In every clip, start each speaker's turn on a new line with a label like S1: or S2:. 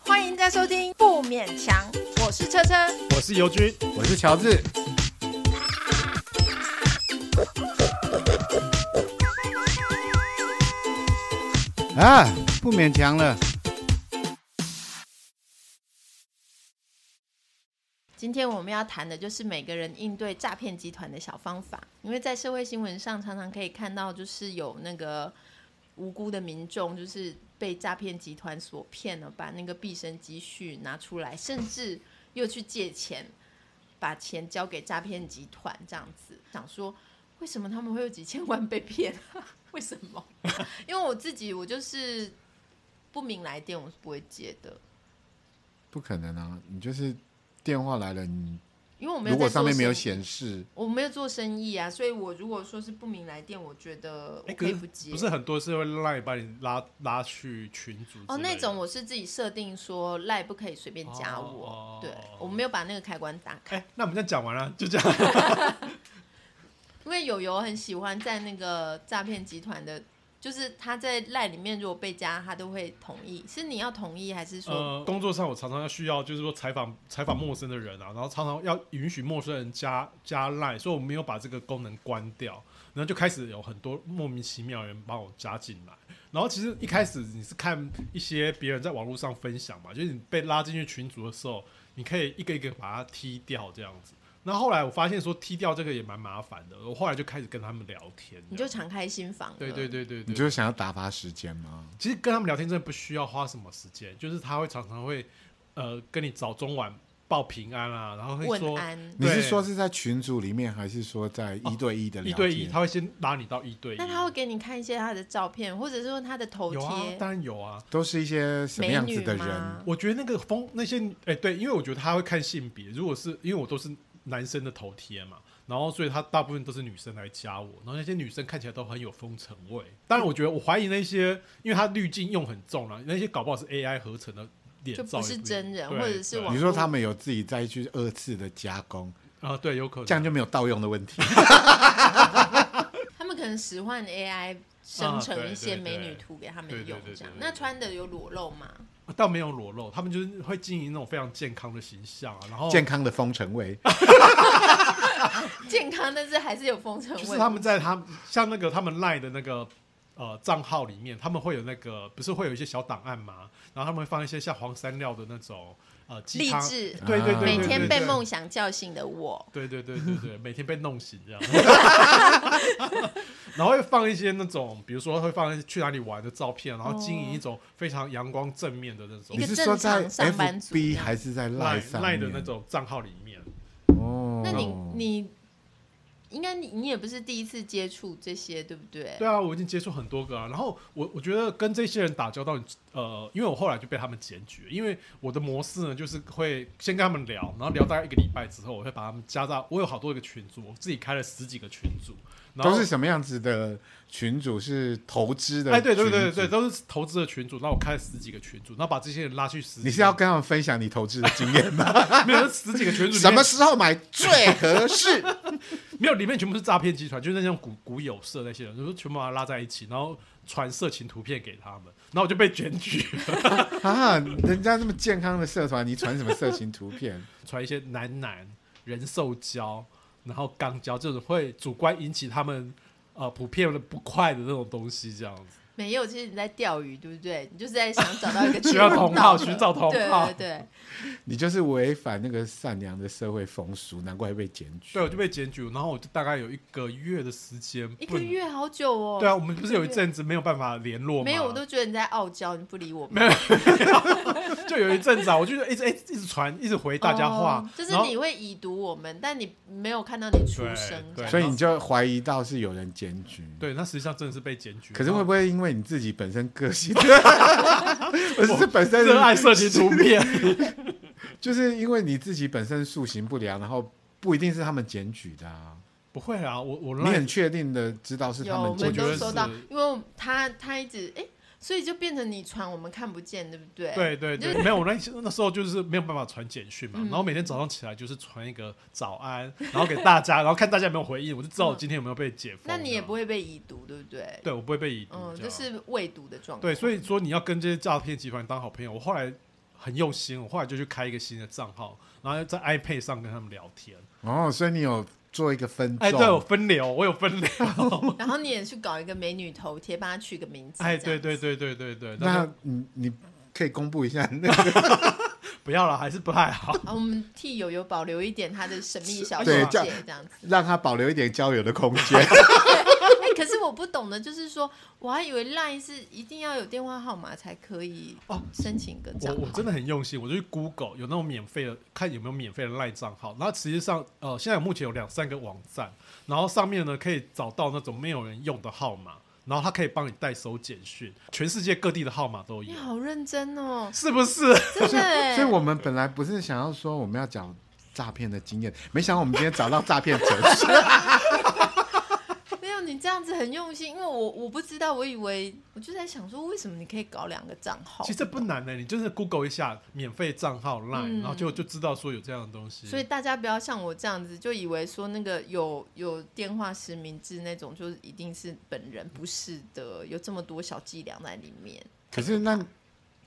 S1: 欢迎再收听《不勉强》，我是车车。
S2: 我是尤军，
S3: 我是乔治，啊，不勉强了。
S1: 今天我们要谈的就是每个人应对诈骗集团的小方法，因为在社会新闻上常常可以看到，就是有那个无辜的民众就是被诈骗集团所骗了，把那个毕生积蓄拿出来，甚至又去借钱，把钱交给诈骗集团这样子，想说为什么他们会有几千万被骗、啊 为什么？因为我自己我就是不明来电，我是不会接的，
S3: 不可能啊！你就是电话来了，你
S1: 因为我没有
S3: 如果
S1: 在
S3: 上
S1: 做
S3: 面没有
S1: 生意
S3: 显示，
S1: 我没有做生意啊，所以我如果说是不明来电，我觉得我
S2: 哎，
S1: 可
S2: 可
S1: 以
S2: 是
S1: 不接。
S2: 不是很多是会让你把你拉拉去群组
S1: 哦，
S2: 之类
S1: 那
S2: 的
S1: 种我是自己设定说赖不可以随便加我，
S2: 哦
S1: 对我没有把那个开关打开，
S2: 哎，那我们这样讲完了，就这样。
S1: 因为友友很喜欢在那个诈骗集团的，就是他在赖里面如果被加，他都会同意。是你要同意还是说？
S2: 呃，工作上我常常要需要，就是说采访采访陌生的人啊，然后常常要允许陌生人加加 line，所以我没有把这个功能关掉，然后就开始有很多莫名其妙的人把我加进来。然后其实一开始你是看一些别人在网络上分享嘛，就是你被拉进去群组的时候，你可以一个一个把它踢掉这样子。那后来我发现说踢掉这个也蛮麻烦的，我后来就开始跟他们聊天这样。
S1: 你就敞开心房了。
S2: 对对对对对，
S3: 你就是想要打发时间吗？
S2: 其实跟他们聊天真的不需要花什么时间，就是他会常常会呃跟你早中晚报平安啊，然后会
S1: 问
S2: 说
S1: 安。
S3: 你
S2: 对
S3: 是说是在群组里面，还是说在
S1: 哦
S3: 一对一的
S2: 一
S3: 聊天？
S2: 对一，他会先拉你到一对一。
S1: 那他会给你看一些他的照片，或者是说他的头
S2: 有啊，
S1: 贴、
S2: 当然有啊。
S3: 都是一些什么
S1: 美
S3: 样
S1: 女
S3: 子的人？
S1: 吗？
S2: 我觉得那个风那些哎、对，因为我觉得他会看性别，如果是因为我都是男生的头贴嘛，然后所以他大部分都是女生来加我，然后那些女生看起来都很有风尘味。当然，我觉得我怀疑那些，因为他滤镜用很重了、那些搞不好是 AI 合成的脸
S1: 就
S2: 照也一定，
S1: 不是真人
S2: 对
S1: 或者是
S2: 对
S1: 网
S3: 你说他们有自己再去二次的加工，
S2: 啊，对，有可能
S3: 这样就没有盗用的问题。
S1: 他们可能使唤 AI 生成一些美女图给他们用
S2: 啊对对对对对，对
S1: 这样。
S2: 对
S1: 那穿的有裸露吗？
S2: 倒没有裸露，他们就是会经营那种非常健康的形象啊，然
S1: 哦
S2: 后
S3: 健康的风尘味，
S1: 健康，但是还是有风尘味。
S2: 就是他们在他像那个他们赖的那个呃账号里面，他们会有那个不是会有一些小档案吗？然后他们会放一些像黄山料的那种呃鸡
S1: 励
S2: 汤，
S1: 志，
S2: 对
S3: 啊
S2: 对对对哦
S1: 每
S2: 对
S1: 天
S2: 对
S1: 被
S2: 对
S1: 梦想叫醒的我，
S2: 对对对对对，每天被弄醒这样，然后会放一些那种，比如说会放一些去哪里玩的照片，然后经营一种非常阳光正面的那种
S1: 一
S3: 你
S1: 个
S3: 是说在
S1: 正常上班族这
S3: FB
S1: 样
S3: 还是在
S2: 赖
S3: 赖上
S2: 赖
S3: 面
S2: 的那？种账号里面。
S3: 哦，
S1: 那你你应该你你也不是第一次接触这些，对不对？
S2: 对啊，我已经接触很多个啊。然后我我觉得跟这些人打交道，呃，因为我后来就被他们检举，因为我的模式呢，就是会先跟他们聊，然后聊大概一个礼拜之后，我会把他们加到我有好多个群组，我自己开了十几个群组，然
S3: 都
S2: 后
S3: 是什么样子的群主？是投资的？
S2: 哎，对对对对对，。都是投资的群组，那我开了十几个群组，然后把这些人拉去十几个，
S3: 你是要跟他们分享你投资的经验 吗？
S2: 没有十几个群组里面
S3: 什么时候买最合 适？
S2: 没有，里面全部是诈骗集团，就是那种股股友社那些人，就是全部把他拉在一起，然后传色情图片给他们，然后我就被检举。
S3: 啊，人家这么健康的社团，你传什么色情图片？
S2: 传一些男男人兽交，然后肛交这种会主观引起他们呃普遍的不快的那种东西，这样子。
S1: 没有，其实你在钓鱼，对不对？你就是在想找到一个志
S2: 需要
S1: 同
S2: 同好
S1: 的
S2: 寻找同好
S1: 对对对，
S3: 你就是违反那个善良的社会风俗，难怪会被检举。
S2: 对，我就被检举，然后我就大概有一个月的时间，
S1: 一
S2: 不
S1: 个
S2: 能。
S1: 月好久哦。
S2: 对啊，我们不是有一阵子没有办法联络吗？
S1: 没有，我 都觉得你在傲娇，你不理我们。
S2: 就有一阵子啊，我就一直哎、一直传，一直回大家话，
S1: 哦就是
S2: 然后
S1: 你会已读我们，但你没有看到你出声，
S2: 对对
S1: 这
S3: 所
S1: 样
S3: 以你就怀疑到是有人检举。
S2: 对，那实际上真的是被检举。
S3: 可是会
S2: 然后
S3: 不会因为你自己本身个 性， 不是是本身
S2: 热爱色情图片？
S3: 就是因为你自己本身塑形不良，然后不一定是他们检举的啊。
S2: 不会啊，我我
S3: 你很
S2: 乱
S3: 确定的知道是
S1: 有
S3: 他
S1: 我
S3: 们
S1: 们
S3: 检举
S2: 我觉
S1: 都
S2: 得
S1: 收
S2: 是
S1: 到，因为他他一直哎、所以就变成你传我们看不见，对不对？
S2: 对对对
S1: 哎就，
S2: 没有，我那那时候就是没有办法传简讯嘛，
S1: 嗯
S2: 然后每天早上起来就是传一个早安，然后给大家，然后看大家有没有回应，我就知道我今天有没有被解封。
S1: 嗯那你也不
S2: 会，
S1: 会被已读，对不对？
S2: 对我不会被已读，
S1: 嗯，
S2: 这
S1: 就
S2: 样
S1: 是未读的状态。
S2: 对，所以说你要跟这些诈骗集团当好朋友。我后来很用心，我后来就去开一个新的账号，然后在 iPad 上跟他们聊天。
S3: 哦，所以你有做一个分
S2: 哎，对，我
S3: 众，
S2: 分流，我有分 流。
S1: 然后你也去搞一个美女头贴，帮她取个名字。
S2: 哎，
S1: 这样
S2: 对对对对对对，那
S3: 那你你可以公布一下那个
S2: 不要了，还是不太好。
S1: 啊，我们替友友保留一点她的神秘小世
S2: 对
S1: 界，
S3: 这样
S1: 这样子。
S3: 让他保留一点交友的 空间。
S1: 哎、可是我不懂的，就是说，我还以为 LINE 是一定要有电话号码才可以
S2: 哦
S1: 申请个
S2: 我
S1: 账
S2: 我
S1: 号。
S2: 真的很用心，我就去 Google 有那种免费的，看有没有免费的赖账号。然后实际上，呃，现在目前有两三个网站，然后上面呢可以找到那种没有人用的号码，然后它可以帮你代收简讯，全世界各地的号码都
S1: 你
S2: 有，
S1: 好认真哦，
S2: 是不是？
S1: 真的哎。
S3: 所以我们本来不是想要说我们要讲诈骗的经验，没想到我们今天找到诈骗 者。
S1: 没有你这样子很用心，因为我我不知道，我以为我就在想说，为什么你可以搞两个账号
S2: 其？实这不难呢、欸你就是 Google 一下免费账号 Line，、
S1: 嗯
S2: 然后就就知道说有这样的东西。
S1: 所以大家不要像我这样子，就以为说那个有有电话实名制那种，就是一定是本人，不是的，有这么多小伎俩在里面。
S3: 可是那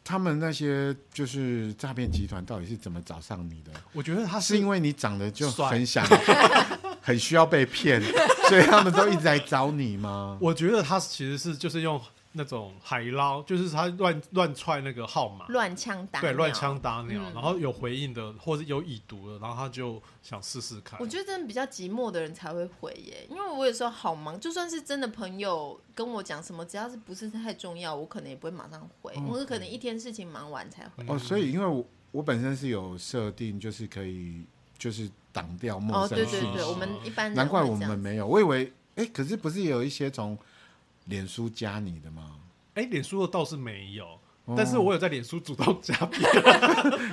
S3: 他们那些就是诈骗集团到底是怎么找上你的？
S2: 我觉得
S1: 啊
S2: 它
S3: 是因
S2: 为
S3: 为你长得就
S2: 帅
S3: 很想， 很需要被 骗，所以他们都一直在找你吗？
S2: 我觉得它其实是就是用那种海捞，就是它乱乱踹那个号码，
S1: 乱枪打
S2: 对，
S1: 鸟
S2: 乱枪打鸟，
S1: 嗯
S2: 然后有回应的或者有已读的，然后他就想试试看。
S1: 我觉得真的比较寂寞的人才会回耶，因为我有时候好忙，就算是真的朋友跟我讲什么，只要是不是太重要，我可能也不会马上回，我可能一天事情忙完才回。
S3: 哦，所以因为我我本身是有设定，就是可以就是挡掉陌
S1: 哦，
S3: 生
S1: 对
S3: 讯
S1: 对
S3: 息，
S1: 对，
S2: 息
S1: 我们一般人
S3: 难怪
S1: 会
S3: 我
S1: 这样
S3: 们
S1: 子
S3: 没有。我以为，哎，可是不是有一些从脸书加你的吗？
S2: 哎，脸书的倒是没有，
S3: 哦
S2: 但是我有在脸书主 动加别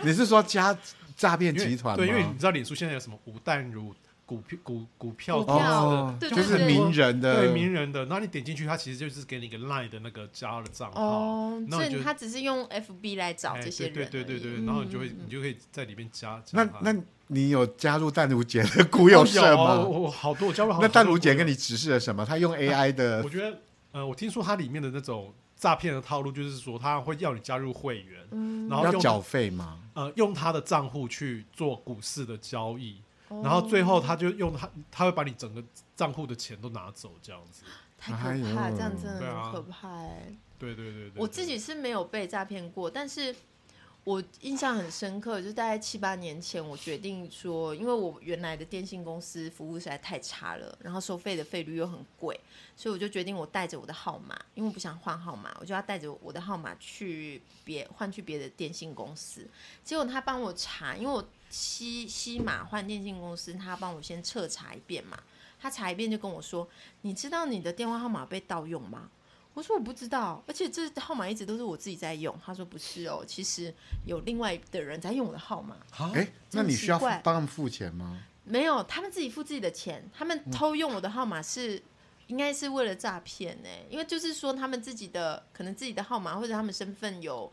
S3: 你是说加诈骗
S2: 人，
S3: 集团吗？
S2: 对，因为你知道脸书现在有什么吴淡如股票股股票
S1: 股票
S3: 哦，
S1: 对
S3: 就
S1: 对
S3: 是
S1: 对
S3: 名人的，
S2: 对名人的，那你点进去，它其实就是给你一个 Line 的那个加的账号，
S1: 哦，
S2: 那
S1: 所
S2: 我就
S1: 以他只是用 FB 来找
S2: 哎
S1: 这些人而
S2: 对
S1: 已，
S2: 对对对
S1: 嗯
S2: 对，然后你就会你就可以在里面加。加
S3: 那
S2: 他
S3: 那你有加入淡如姐的股友社
S2: 哦有
S3: 吗？
S2: 我我好多，我加入好
S3: 那
S2: 多
S3: 淡如姐
S2: 股友
S3: 跟你指示了什么？她用 AI 的
S2: 我觉得，呃，我听说它里面的那种诈骗的套路，就是说他会要你加入会员，
S1: 嗯
S2: 然后
S3: 要
S2: 用
S3: 缴费吗？
S2: 呃用他的账户去做股市的交易，
S1: 哦
S2: 然后最后他就用他他会把你整个账户的钱都拿走，这样子。
S1: 太可
S3: 哎
S1: 怕，
S3: 呦
S1: 这样真的
S2: 对啊
S1: 很可怕哎。
S2: 对对对对对
S1: 我自己是没有被诈骗过，但是我印象很深刻，就是大概七八年前，我决定说，因为我原来的电信公司服务实在太差了，然后收费的费率又很贵，所以我就决定我带着我的号码，因为我不想换号码，我就要带着我的号码去别换去别的电信公司。结果他帮我查，因为我西西马换电信公司，他帮我先彻查一遍嘛。他查一遍就跟我说：“你知道你的电话号码被盗用吗？”我说我不知道，而且这号码一直都是我自己在用。他说不是哦，其实有另外的人在用我的号码，
S2: 啊，
S3: 哎，那你需要
S1: 哦这么奇怪
S3: 帮他们付钱吗？
S1: 没有，他们自己付自己的钱，他
S2: 嗯
S1: 们偷用我的号码是。应该是为了诈骗呢，因为就是说他们自己的可能自己的号码或者他们身份有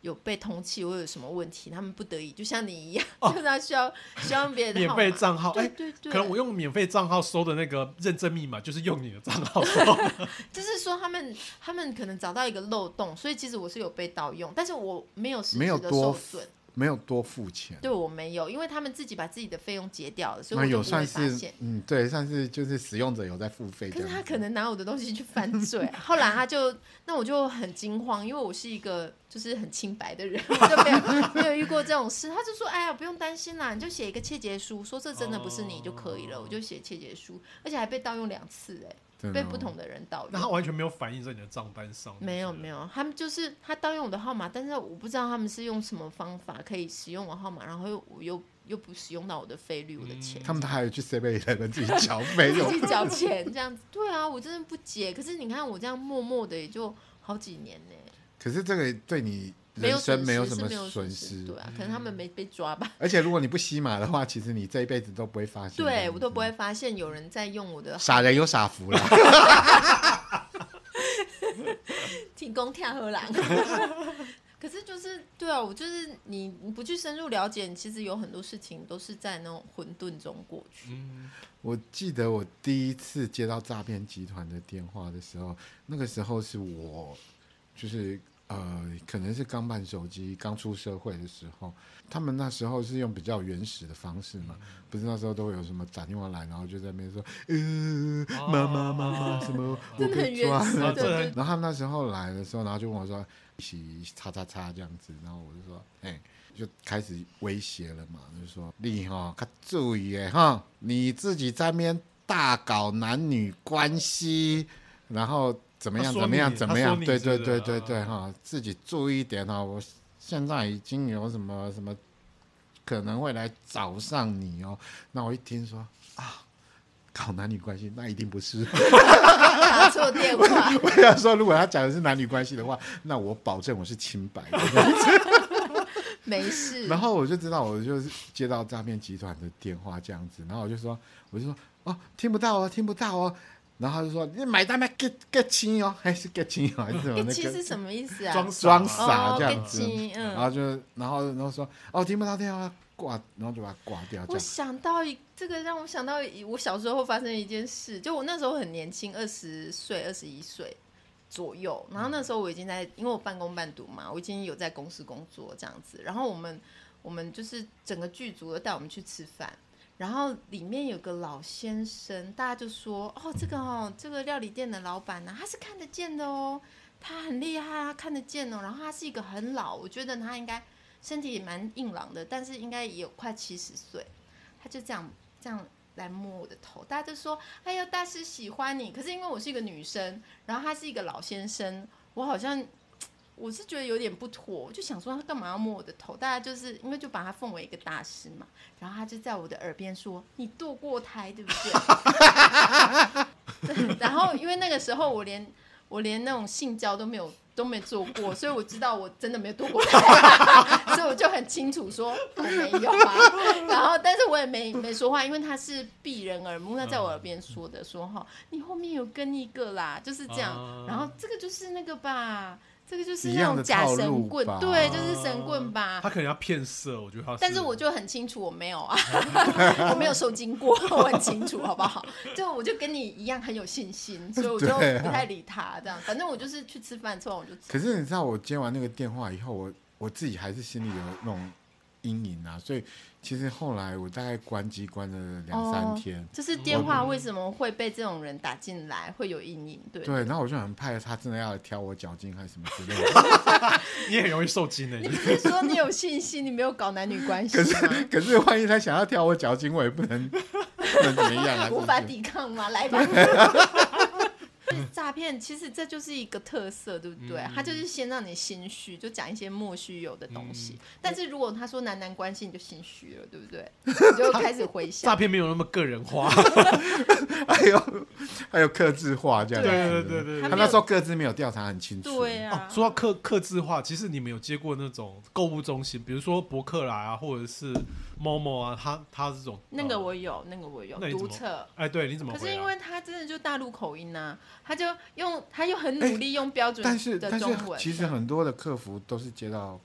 S1: 有被通缉或者有什么问题，他们不得已就像你一样， 就是他需要需要用别人的
S2: 哦免
S1: 号码
S2: 费账号，
S1: 对
S2: 哎，
S1: 对对，
S2: 可能我用免费账号收的那个认证密码就是用你的账号收，
S1: 就是说他们他们可能找到一个漏洞，所以其实我是有被盗用，但是我没有实
S3: 没有
S1: 质的受
S3: 多
S1: 损，
S3: 没有多付钱，
S1: 对我没有，因为他们自己把自己的费用结掉了，所以
S3: 那
S1: 我就
S3: 有
S1: 不会
S3: 算
S1: 发
S3: 是
S1: 现。
S3: 嗯，对，算是就是使用者有在付费
S1: 可
S3: 这
S1: 是
S3: 样子。
S1: 他可能拿我的东 西去犯罪啊、后来他就，那我就很惊慌，因为我是一个就是很清白的人，我 就没有没有遇过这种事。他就说：“哎呀，不用担心啦，你就写一个切结书，说这真的不是你就可以了。”我就写切结书，而且还被盗用两次、哎，
S3: 真的
S1: 被
S3: 哦
S1: 不同的人盗
S2: 那他
S1: 用。
S2: 完全没有反映在你的账单上，
S1: 没有没有，他们就是他盗用我的号码，但是我不知道他们是用什么方法可以使用我号码，然后又我又又不使用到我的费率、我的钱。
S3: 他们还有去 Seven Eleven 自己缴费
S1: 自
S3: 用，
S1: 己缴钱这样子。对啊，我真的不解。可是你看我这样默默的也就好几年呢、
S3: 可是这个对你
S1: 没有
S3: 人生
S1: 损
S3: 没有
S1: 失
S3: 什
S1: 是
S3: 么
S1: 没有
S3: 损
S1: 失。
S3: 失
S1: 对啊，可能他们没被抓吧。
S3: 而且如果你不吸马的话，其实你这一辈子都不会发现。
S1: 对我都不会发现有人在用我的
S3: 傻人有傻福啦。
S1: 提供跳河郎。可是就是对啊，我就是你你不去深入了解，你其实有很多事情都是在那种混沌中过去。
S2: 嗯，
S3: 我记得我第一次接到诈骗集团的电话的时候，那个时候是我就是呃，可能是刚办手机、刚出社会的时候，他们那时候是用比较原始的方式
S1: 嗯
S3: 嘛，不是那时候都会有什么打电话来，然后就在那边说，呃，妈妈妈妈什 么，我
S1: 哦真的很
S3: 被抓
S1: 原始，
S3: 了
S1: 对
S2: 这 很
S1: 对
S3: 然后他们那时候来的时候，然后就问我说一起叉叉叉这样子，然后我就说，哎、就开始威胁了嘛，就说你哈、哦，注意哎哈，你自己在那边大搞男女关系，然后怎么样
S2: 他说
S3: 怎么样
S2: 你
S3: 怎么
S2: 他
S3: 样
S2: 说，你
S3: 对
S2: 是不
S3: 对对
S2: 是
S3: 对
S2: 啊
S3: 对哈，自己注意一点哈、我现在已经有什么什么可能会来找上你哦，那我一听说啊。搞男女关系，那一定不是。
S1: 对，打错电话。
S3: 我想啊说，如果他讲的是男女关系的话，那我保证我是清白的。
S1: 没事。
S3: 然后我就知道，我就是接到诈骗集团的电话这样子，然后我就说，我就说哦，听不到哦，听不到哦。然后他就说，你买单没 get get 清哦，还是 get 清哦，还是什么那
S1: 一期是
S3: 个
S1: 什么意思啊？
S2: 装
S3: 装
S2: 傻
S3: 傻
S1: 哦
S3: 这样子
S1: get 清，嗯
S3: 然后就然后然后说哦，听不到电话挂，然后就把它挂掉这
S1: 我
S3: 样。
S1: 想到一这个让我想到一我小时候发生一件事，就我那时候很年轻，二十岁、二十一岁左右。然后那时候我已经在，因为我半工半读嘛，我已经有在公司工作这样子。然后我们我们就是整个剧组都带我们去吃饭，然后里面有个老先生，大家就说：“哦，这个哦，这个料理店的老板呢、啊他是看得见的哦，他很厉害，他看得见哦。然后他是一个很老，我觉得他应该身体也蛮硬朗的，但是应该也有快七十岁。”他就这样这样来摸我的头，大家就说：“哎呀，大师喜欢你。”可是因为我是一个女生，然后他是一个老先生，我好像我是觉得有点不妥，我就想说他干嘛要摸我的头？大家就是因为就把他奉为一个大师嘛，然后他就在我的耳边说：“你堕过胎，对不对？”对然后因为那个时候我连我连那种性交都没有都没做过，所以我知道我真的没有堕过胎，所以我就很清楚说我没有啊。然后，但是我也没没说话，因为他是避人耳目，他在我耳边说的，说哈，你后面有跟一个啦，就是这样。
S2: 啊
S1: 然后这个就是那个吧，这个就是
S3: 一
S1: 那
S3: 样
S1: 种
S3: 的
S1: 假
S3: 套路
S1: 神棍
S3: 吧，
S1: 对，就是神棍吧
S2: 他。可能要骗色，我觉得他。
S1: 但是我就很清楚我没有啊， 我没有受精过，我很清楚，好不好？就我就跟你一样很有信心，所以我就
S3: 对啊
S1: 不太理他，这样。反正我就是去吃饭，吃完我就走。
S3: 可是你知道，我接完那个电话以后，我我自己还是心里有那种阴影啊，所以其实后来我大概关机关了两三
S1: 哦
S3: 天。
S1: 就是电话
S3: 嗯
S1: 为什么会被这种人打进来，会有阴影，对。
S3: 对，然后我就很怕他真的要来挑我脚筋还是什么之类的。
S2: 你也很容易受惊的，
S1: 你不是说你有信心，你没有搞男女关系
S3: 可
S1: 吗
S3: 是？可是万一他想要挑我脚筋，我也不能 不能怎 么样啊。
S1: 无法
S3: 是不是
S1: 抵抗 吗？来吧。诈骗其实这就是一个特色，对不对？他就是先让你心虚，就讲一些莫须有的东西。但是如果他说男男关系，你就心虚了，对不 对？你就开始回
S2: 诈
S1: 想。
S2: 骗没有那么个人化。
S3: 还有还有克制化这样子。
S2: 对对对对
S3: 他
S1: 他没
S3: 那
S1: 有
S3: 时候各自没有调查很清楚。
S1: 对
S2: 哦
S1: 啊，，
S2: 说到客客制化，其实你们有接过那种购物中心，比如说博客来啊，或者是 Momo 啊，他他这种
S1: 那个
S2: 呃
S1: 我有，那个我有
S2: 那你怎
S1: 读
S2: 么
S1: 册。
S2: 哎，对，你怎么
S1: 可
S2: 回啊？
S1: 是因为他真的就大陆口音呐、他就用他又很努力用标准
S3: 但是
S1: 的
S3: 但是
S1: 中文，
S3: 其实很多的客服都是接到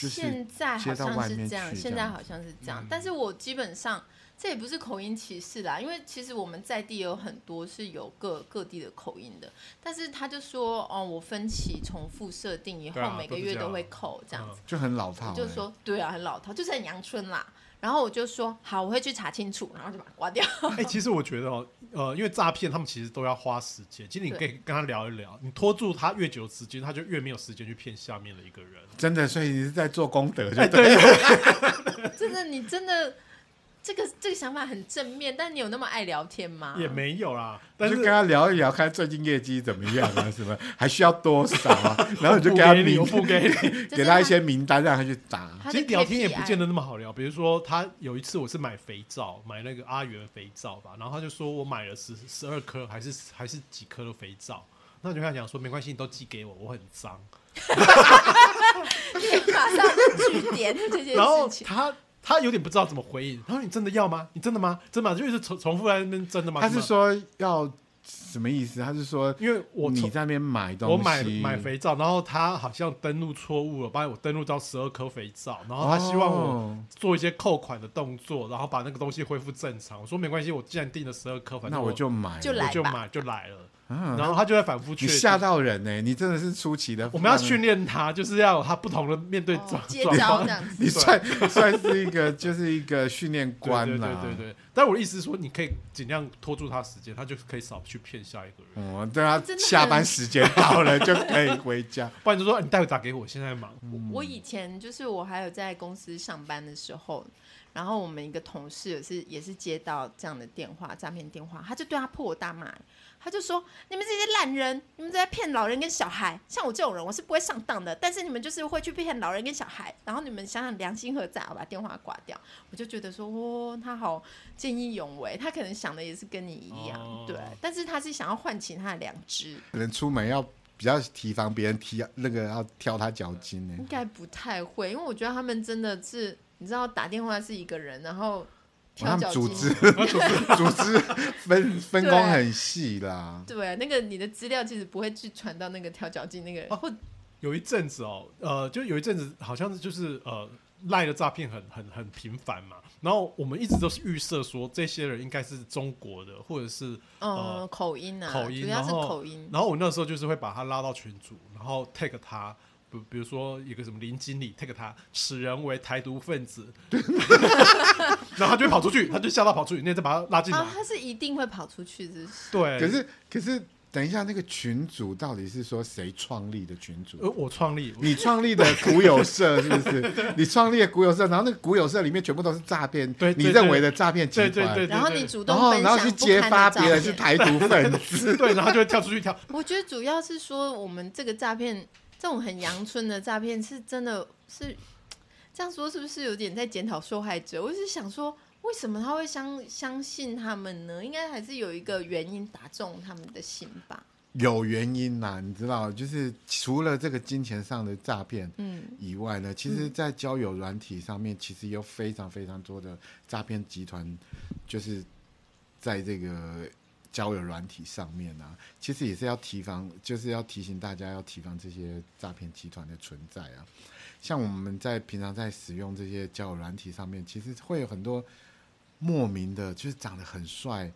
S3: 就是
S1: 现在好
S3: 接到
S1: 像
S3: 外
S1: 是
S3: 面
S1: 这样，
S3: 去
S1: 现
S3: 这
S1: 在
S3: 样
S1: 好像是这样，但
S2: 嗯
S1: 是我基本上这也不是口音歧视啦，因为其实我们在地也有很多是有各各地的口音的，但是他就说哦，我分期重复设定以后，
S2: 对啊嗯
S1: 每
S2: 都
S1: 个
S2: 是
S1: 月
S2: 这
S1: 都
S2: 样
S1: 会扣这样子，
S3: 就很老套、
S1: 我
S3: 欸。
S1: 就说对啊，很老套，就是很阳春啦。然后我就说好，我会去查清楚，然后就把它刮掉。
S2: 哎、其实我觉得哦，呃，因为诈骗他们其实都要花时间。其实你可以跟他聊一聊，你拖住他越久的时间，他就越没有时间去骗下面的一个人。
S3: 真的，所以你是在做功德，
S1: 哎
S3: 就对了。
S1: 真的，你真的这个这个想法很正面，但你有那么爱聊天吗？
S2: 也没有啦，但
S3: 你
S2: 是
S3: 就跟他聊一聊，看最近业绩怎么样啊，什么 还需要多少 啊，然后你就给他
S2: 我不给你
S3: 名
S2: 我，不给你。
S1: 就是
S3: 给他一些名单，让他去打。
S1: 他
S2: 其
S1: 的
S2: 实聊天也不
S1: KPI
S2: 见得那么好聊。比如说，他有一次我是买肥皂，买那个阿元肥皂吧，然后他就说我买了十十二颗，还是还是几颗的肥皂。那我就跟他讲说，没关系，你都寄给我，我很脏。
S1: 马上就据点这件
S2: 然后
S1: 事情。
S2: 他他有点不知道怎么回应。他说：“你真的要吗？你真的吗？真的吗？”就是重重复在那边真的吗？
S3: 他是
S2: 真的吗，
S3: 说要什么意思？他是说
S2: 因为我
S3: 你
S2: 从
S3: 在那边买东西，
S2: 我买买，肥皂，然后他好像登录错误了，把我登录到十二颗肥皂，然后他希望我
S3: 哦
S2: 做一些扣款的动作，然后把那个东西恢复正常。我说没关系，我既然订了十二颗，反正
S3: 那我就买了，
S1: 就
S2: 我
S1: 来
S2: 就
S1: 吧
S2: 买就来了。
S3: 啊，
S2: 然后他就在反复确
S3: 你
S2: 定
S3: 吓到人呢、你真的是出奇的。
S2: 我们要训，练他，就是要有他不同的面对
S1: 哦
S2: 状
S1: 接
S2: 状
S1: 招
S2: 况
S1: 这。样子，
S3: 你算 算是一个就是一个训练官
S2: 对对
S3: 啦、
S2: 对对对，但我的意思是说，你可以尽量拖住他时间，他就可以少去骗下一个人。
S3: 哦，对啊
S1: 真的，很
S3: 下班时间到了就可以回 家。
S2: 不然就说、啊你待会打给我，现在忙。
S3: 嗯
S1: 我以前就是我还有在公司上班的时候，然后我们一个同事也是也是接到这样的电话，诈骗电话，他就对他破口大骂，欸他就说：“你们这些烂人，你们在骗老人跟小孩，像我这种人我是不会上当的，但是你们就是会去骗老人跟小孩，然后你们想想良心何在？”我把电话挂掉，我就觉得说，哦，他好见义勇为，他可能想的也是跟你一样，
S2: 哦
S1: 对，但是他是想要唤起他的良知，
S3: 可能出门要比较提防别人提那个要挑他脚筋呢、
S1: 应该不太会，因为我觉得他们真的是，你知道打电话是一个人，然后
S3: 哦他
S1: 挑
S3: 们
S1: 脚
S3: 组织
S1: 筋，
S3: 组织分分工很细啦。
S1: 对，那个你的资料其实不会去传到那个挑脚筋那个人，
S2: 哦
S1: 或嗯
S2: 有一阵子哦，呃，就有一阵子好像是就是呃赖的诈骗很很很频繁嘛，然后我们一直都是预设说这些人应该是中国的或者是
S3: 哦
S1: 嗯口音啊，
S2: 口音，
S1: 主要
S2: 然
S1: 是
S2: 后
S1: 口音，
S2: 然后我那时候就是会把他拉到群组，然后 tag 他。比比如说一个什么林经理 tag 他，此人为台独分子， 然后他就会跑出去，他就吓到跑出去，你也再把他拉进来
S1: 啊，，他是一定会跑出去，是不是
S2: 对。
S3: 可是可是，等一下，那个群主到底是说谁创立的群
S2: 呃，
S3: 主？
S2: 我创立，
S3: 你创立的古有社是不 是？你创立的古有社，然后那个古有社里面全部都是诈骗，
S2: 对对
S3: 你认为的诈骗集
S2: 对
S3: 团，
S2: 对对，对
S1: 然后
S2: 对
S1: 你主
S3: 然
S1: 动
S3: 后
S1: 分
S3: 然后
S1: 享
S3: 去
S1: 不
S3: 揭
S1: 堪
S3: 发
S1: 的
S3: 别人是
S1: 照片，
S3: 台独分子，
S2: 对，然后他就会跳出去跳，
S1: 我觉得主要是说我们这个诈骗，这种很阳春的诈骗是真的是这样说，是不是有点在检讨受害者？我是想说，为什么他会相相信他们呢？应该还是有一个原因打中他们的心吧。
S3: 有原因啦，你知道，就是除了这个金钱上的诈骗，
S1: 嗯，
S3: 以外呢，其实，在交友软体上面，其实有非常非常多的诈骗集团，就是在这个交友软体上面啊，其实也是要提防，就是要提醒大家要提防这些诈骗集团的存在啊。像我们在平常在使用这些交友软体上面，其实会有很多莫名的，就是长得很帅，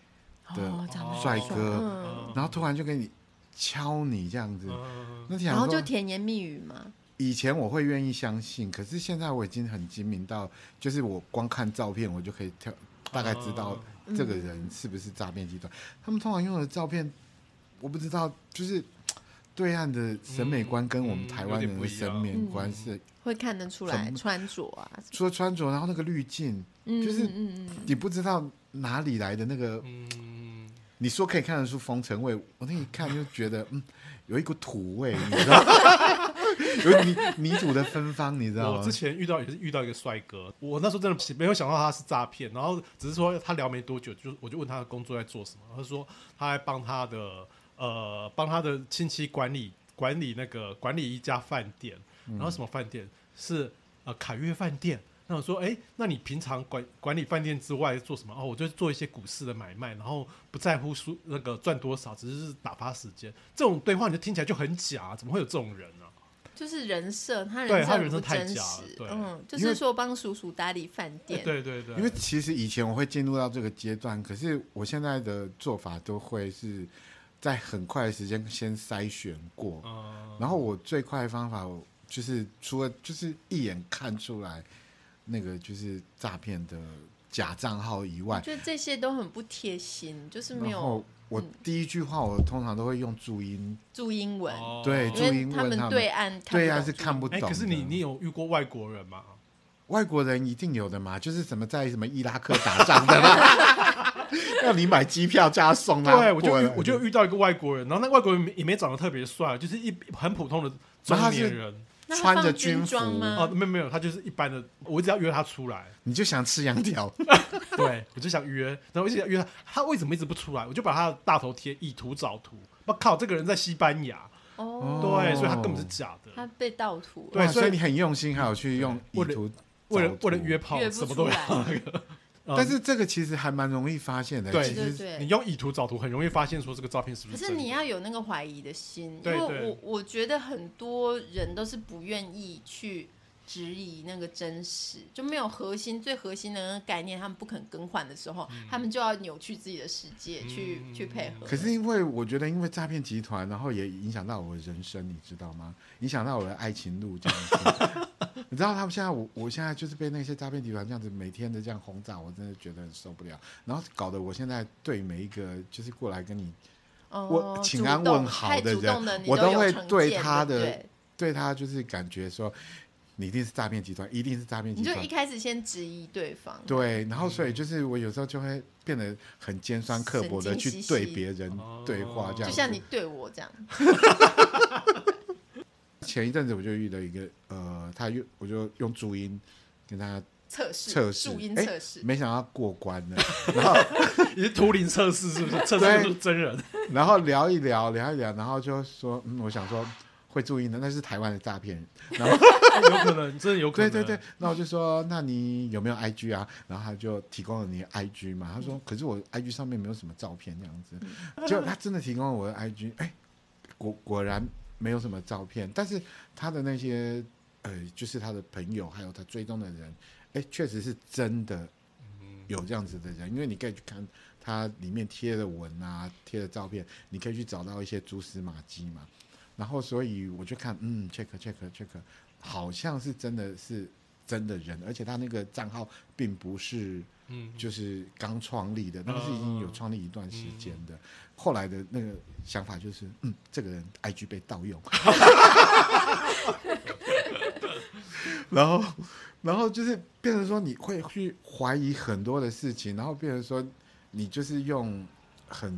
S3: 对
S1: 哦，长得
S3: 帅
S1: 很
S3: 哥
S1: 嗯
S3: 然后突然就给你敲你这样子，
S2: 嗯
S3: 那想
S1: 然后就
S3: 说
S1: 甜言蜜语嘛。
S3: 以前我会愿意相信，可是现在我已经很精明到，就是我光看照片，我就可以跳，大概知
S2: 哦
S3: 道这个人是不是诈骗集团。他们通常用的照片，我不知道，就是嘖对岸的审美观跟我们台湾人的审
S2: 嗯
S3: 美观是，
S1: 会看得出来
S3: 怎么
S1: 穿着啊，
S3: 除了穿着，然后那个滤镜，
S1: 嗯
S3: 就是
S1: 嗯嗯嗯，
S3: 你不知道哪里来的那个，
S2: 嗯，
S3: 你说可以看得出风尘味，我那一看就觉得，嗯，有一股土味，你知道吗， 有泥泥土的芬芳，你知道
S2: 我
S3: 吗
S2: 之？前遇到也是遇到一个帅哥，我那时候真的没有想到他是诈骗，然后只是说他聊没多久，就我就问他的工作在做什么，他说他在帮他的呃帮他的亲戚管理管理那个管理一家饭店，然后什么饭店是呃凯悦饭店。那我说，哎、那你平常管管理饭店之外做什么？哦，我就做一些股市的买卖，然后不在乎输那个赚多少，只是打发时间。这种对话你就听起来就很假、怎么会有这种人呢、啊
S1: 就是人设，他
S2: 对
S1: 人
S2: 他
S1: 设
S2: 人设
S1: 很不
S2: 太
S1: 真
S2: 假了
S1: 实
S2: 对，
S1: 嗯，就
S3: 因为
S1: 是说帮叔叔打理饭店，
S2: 对对对，
S3: 因为其实以前我会进入到这个阶段，可是我现在的做法都会是在很快的时间先筛选过，
S2: 嗯，
S3: 然后我最快的方法就是除了就是一眼看出来那个就是诈骗的假账号以
S1: 我
S3: 外，
S1: 觉得这些都很不贴心，就是没
S3: 然
S1: 有
S3: 后我第一句话我通常都会用注音，
S1: 注英文，
S2: 哦
S3: 对
S1: 因
S3: 注
S1: 为
S3: 音
S1: 他
S3: 问他
S1: 们
S3: 们
S1: 对岸看不
S3: 对呀、啊
S1: 懂
S3: 是
S1: 注
S3: 看
S1: 英
S3: 不
S2: 哎、
S3: 懂的。
S2: 可是你你有遇过外国人吗？
S3: 外国人一定有的嘛，就是什么在什么伊拉克打仗的嘛， 要你买机票叫他送啊他过
S2: 对，
S3: 来，
S2: 我就遇我就遇到一个外国人，然后那外国人也没长得特别帅，就是一很普通的中
S3: 然后他是
S2: 年人。
S1: 那他
S3: 穿着
S1: 放
S3: 军
S1: 军装
S3: 服
S1: 吗
S2: 哦，没有没有，他就是一般的，我只要约他出 来，
S3: 你就想吃羊 条，
S2: 对我就想约，然后我一直想约他，他为什么一直不出来？我就把他的大头贴以图找图，我靠，这个人在西班牙，
S1: 哦，
S2: 对，所以他根本是假
S1: 他
S2: 的，
S1: 被盗图哦了，
S2: 对
S3: 哇
S2: 所以嗯
S3: 所以你很用心，还有去用意
S2: 为了
S3: 图
S2: 为
S3: 找
S2: 了
S3: 图
S2: 为了约炮
S1: 约
S2: 什
S1: 不出
S2: 么都要。
S1: 来，
S3: 但是这个其实还蛮容易发现的，
S2: 对
S3: 其
S1: 对
S3: 实
S1: 对
S2: 你。用以图找图，很容易发现说这个照片是不
S1: 可
S2: 是
S1: 是
S2: 真的。
S1: 你要有那个怀疑的心，因
S2: 对
S1: 为
S2: 对
S1: 我我觉得很多人都是不愿意去质疑那个真实，就没有核心最核心的那个概念，他们不肯更换的时候，他们就要扭曲自己的世界去、去配合。
S3: 嗯可是因为我觉得，因为诈骗集团，然后也影响到我的人生，你知道吗？影响到我的爱情路这样 子。你知道他们现在，我我现在就是被那些诈骗集团这样子每天的这样轰炸，我真的觉得很受不了。然后搞得我现在对每一个就是过来跟你
S1: 哦
S3: 我请
S1: 主
S3: 安
S1: 动
S3: 问好
S1: 太
S3: 的
S1: 主
S3: 人
S1: 动的你
S3: 我
S1: 都
S3: 都会
S1: 有成
S3: 对
S1: 见
S3: 他
S1: 对不
S3: 的
S1: 对
S3: 对他就是感觉说，你一定是诈骗集团，一定是诈骗
S1: 你
S3: 集
S1: 就
S3: 团
S1: 一。开始先质疑对方，
S3: 对，然后所
S1: 嗯
S3: 以就是我有时候就会变得很尖酸刻薄的
S1: 神经
S3: 去
S1: 兮
S3: 对
S1: 兮
S3: 别人
S2: 哦
S3: 对话，这
S1: 就
S3: 样子
S1: 像你对我这样，
S3: 前一阵子我就遇到一个呃，他用我就用注音跟他
S1: 测试
S3: 测试
S1: 注音
S3: 哎
S1: 测试，
S3: 没想到过关了， 然后
S2: 你是图灵测试是不是？测试
S3: 对
S2: 是不是真 人？
S3: 然后聊一聊聊一聊，然后就说嗯，我想说会注音的那是台湾的诈骗，然后
S2: 有可能，真的有可
S3: 对
S2: 能。
S3: 对对，那我就说那你有没有 IG 啊？然后他就提供了你的 IG 嘛，他
S2: 嗯
S3: 说可是我 IG 上面没有什么照片这样 子，结果他真的提供了我的 IG，哎，果果然没有什么照片，但是他的那些呃，就是他的朋友还有他追踪的人，哎，确实是真的有这样子的人，因为你可以去看他里面贴的文啊，贴的照片，你可以去找到一些蛛丝马迹嘛。然后所以我就看，嗯，check check check，好像是真的是真的人，而且他那个账号并不是
S2: 嗯，
S3: 就是刚创立的，那个是已经有创立一段时间的。后来的那个想法就是，嗯，这个人 IG 被盗用， 然后然后就是变成说你会去怀疑很多的事情，然后变成说你就是用很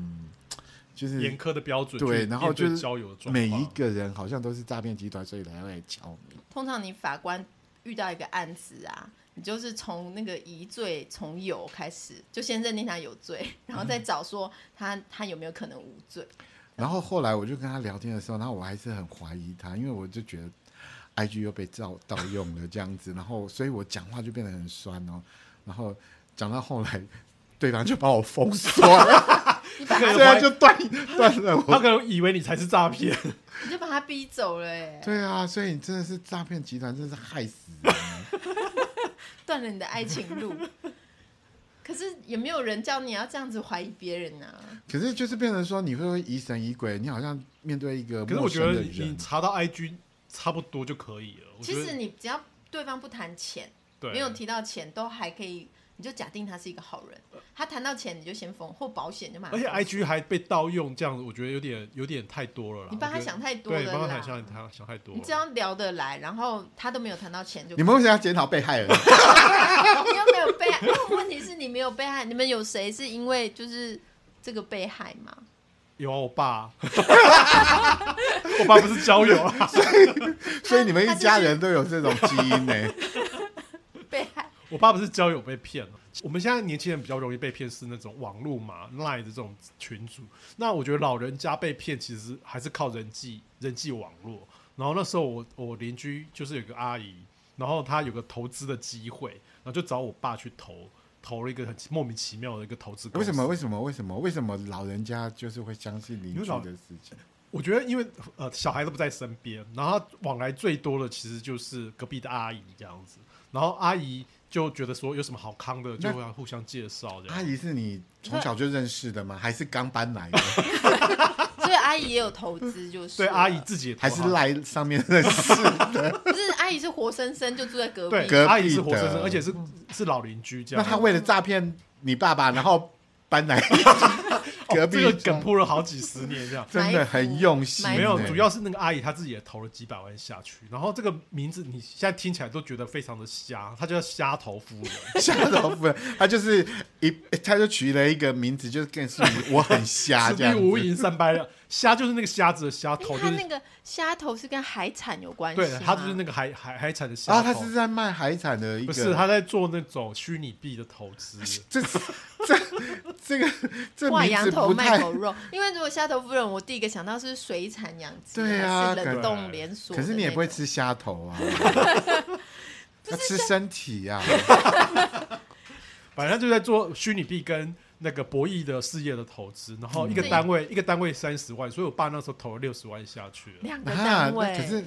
S3: 就是
S2: 严苛的标准去
S3: 对然后
S2: 面对
S3: 就是
S2: 交友的状况
S3: 每一个人好像都是诈骗集团，所以才会来敲你。
S1: 通常你法官遇到一个案子啊，你就是从那个疑罪从有开始，就先认定他有罪，
S3: 嗯
S1: 然后再找说他、他有没有可能无罪。
S3: 然后后来我就跟他聊天的时候，然后我还是很怀疑他，因为我就觉得 I G 又被盗盗用了这样子，然后所以我讲话就变得很酸哦。然后讲到后来，对方就把我封锁 了，
S1: 你把
S2: 这
S1: 他
S2: 个
S3: 对啊，就断断了
S2: 他
S3: 我。
S2: 可能以为你才是诈骗，
S1: 你就把他逼走了、欸，
S3: 对啊，所以你真的是诈骗集团，真是害死人。啊
S1: 断了你的爱情 路。可是也没有人叫你要这样子怀疑别人啊，
S3: 可是就是变成说，你会疑神疑鬼，你好像面对一个
S2: 可是我
S3: 陌
S2: 觉
S3: 生
S2: 得
S3: 的
S2: 你
S3: 人。
S2: 查到 IG 差不多就可以了。我
S1: 其
S2: 觉得
S1: 实你只要对方不谈钱，
S2: 对
S1: 没有提到钱，都还可以，你就假定他是一个好人。他谈到钱，你就先封，或保险就马上
S2: 呃而
S1: 封
S2: 且
S1: 锁。
S2: IG 还被盗用，这样子我觉得有点有点太多了啦。
S1: 你帮他
S2: 我觉得
S1: 想太多了啦
S2: 对，帮他想想他想太多了。
S1: 你只要聊得来，然后他都没有谈到钱就，
S3: 你 们为什么要检讨被害人？啊
S1: 你又没有被害，因为问题是你没有被害，你们有谁是因为就是这个被害吗？
S2: 有啊，我爸， 我爸不是交友啊，
S3: 所以你们一家人都有这种基因呢、
S1: 被害
S2: 我爸不是交友被骗了。我们现在年轻人比较容易被骗是那种网络嘛、Line 的这种群组。那我觉得老人家被骗其实还是靠人际人际网络。然后那时候我我邻居就是有个阿姨，然后她有个投资的机会，然后就找我爸去投，投了一个很莫名其妙的一个投资公
S3: 为
S2: 司。
S3: 什么？为什么？为什么？为什么老人家就是会相信邻
S2: 因为
S3: 居
S2: 老
S3: 的事情？
S2: 我觉得因为呃小孩都不在身边，然后他往来最多的其实就是隔壁的阿姨这样子，然后阿姨就觉得说有什么好康的就
S3: 那
S2: 会互相介绍这样。
S3: 阿姨是你从小就认识的吗？还是刚搬 来的？
S1: 所以阿姨也有投资，就是
S2: 对
S1: 了
S2: 阿姨，自己也
S3: 还
S2: 投啊
S3: 是
S2: 行
S3: 赖上面认 识？
S1: 不是阿姨是活生生就住在隔
S2: 对
S1: 壁，
S3: 隔壁
S2: 阿姨是活生生，
S3: 的
S2: 而且是是老邻居这
S3: 那
S2: 样。
S3: 他为了诈骗你爸爸，然后搬 来隔壁
S2: 哦这个
S3: 庄
S2: 梗铺了好几十 年这样。
S3: 真的很用心
S1: 埋
S3: 欸。
S1: 伏
S2: 没有，
S1: 对
S2: 主要是那个阿姨她自己也投了几百万下去，然后这个名字你现在听起来都觉得非常的瞎，她叫虾头夫人，
S3: 瞎老夫人，他就是一，他就取了一个名字，就是更是我很 瞎
S2: 此
S3: 这
S2: 地
S3: 样
S2: 无
S3: 子。
S2: 银三百两，虾就是那个虾子的虾
S1: 哎
S2: 头，就
S1: 他
S2: 是
S1: 那个虾头是跟海产有关系吗，
S2: 对，他就是那个海海海产的虾
S3: 然后
S2: 头，
S3: 啊他是在卖海产的一
S2: 不
S3: 个，
S2: 是他在做那种虚拟币的投资？
S3: 这这这个这
S1: 挂
S3: 名
S1: 羊
S3: 字
S1: 头
S3: 不
S1: 卖
S3: 太
S1: 狗肉，因为如果虾头夫人，我第一个想到是水产养殖，
S3: 对啊
S1: 还是
S3: 感
S1: 冷
S3: 觉
S1: 冻连锁的那种。
S3: 可是你也不会吃虾头 啊，要吃身体啊呀、
S2: 反正就在做虚拟币跟那个博弈的事业的投资，然后一个
S1: 嗯
S2: 单位、一个单位三十万，所以我爸那时候投了六十万下去了。
S1: 两个
S3: 啊，
S1: 单
S3: 那
S1: 位，
S3: 可是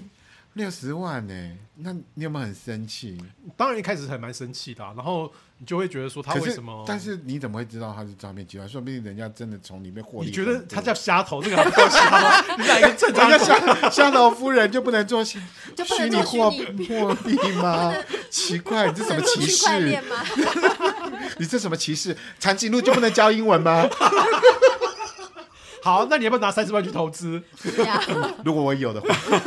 S3: 六十万呢、那你有没有很生气？
S2: 当然一开始还蛮生气的啊、然后你就会觉得说他
S3: 可
S2: 为
S3: 是
S2: 什么？，
S3: 但是你怎么会知道他是诈骗集团？说不定人家真的从里面获利
S2: 你
S3: 很
S2: 觉
S3: 多。
S2: 得他叫虾头，这个还不够虾吗？你哪一个正常
S3: 人家
S2: 人？
S3: 虾 虾头夫人就不能做虚
S1: 就不能
S3: 拟
S1: 做
S3: 货
S1: 虚拟
S3: 货币吗？ 奇怪，你这
S1: 不
S3: 什
S1: 能
S3: 么
S1: 做
S3: 歧
S1: 区块
S3: 视
S1: 链？吗？
S3: 你这什么歧视？长颈鹿就不能教英文吗？
S2: 好，那你要不要拿三十万去投资？
S1: 对啊，
S3: 如果我有的话，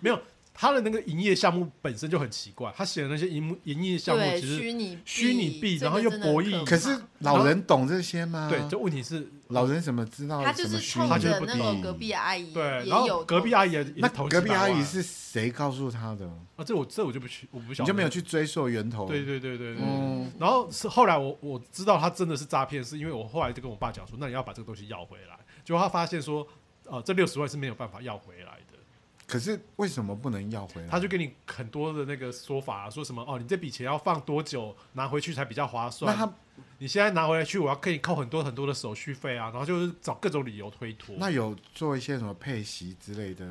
S2: 没有，他的那个营业项目本身就很奇怪，他写的那些营营业项目
S1: 对，
S2: 其实
S1: 虚拟
S2: 虚拟币
S1: 这
S2: 然后
S1: 个
S2: 又
S1: 真的很
S2: 博弈
S3: 可是老人懂这些吗？
S2: 对，这问题是
S3: 老人怎么知道
S1: 他就
S3: 什
S1: 是
S3: 么虚
S1: 冲
S3: 拟
S2: 他就
S1: 着
S2: 不
S1: 那
S2: 懂
S1: 个隔壁阿姨，
S2: 对，
S1: 也
S2: 然
S1: 有
S2: 后隔壁阿姨也也
S3: 那
S2: 投
S3: 隔壁
S2: 700万
S3: 阿姨是谁告诉他的？
S2: 啊，这我这我就不去，我不晓
S3: 你
S2: 得
S3: 就没有去追溯源头？
S2: 对对对对对。
S3: 嗯，
S2: 然后是后来我我知道他真的是诈骗，是因为我后来就跟我爸讲说，那你要把这个东西要回来。结果他发现说，呃，这六十万是没有办法要回来的。
S3: 可是为什么不能要回来？
S2: 他就给你很多的那个说法、说什么哦，你这笔钱要放多久拿回去才比较划
S3: 那
S2: 算？
S3: 他
S2: 你现在拿回来去，我要给你扣很多很多的手续费啊，然后就是找各种理由推脱。
S3: 那有做一些什么配席之类的，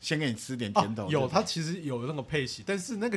S3: 先给你吃点
S2: 啊
S3: 甜头、
S2: 有
S3: 对吧
S2: 他其实有那个配息，但是那个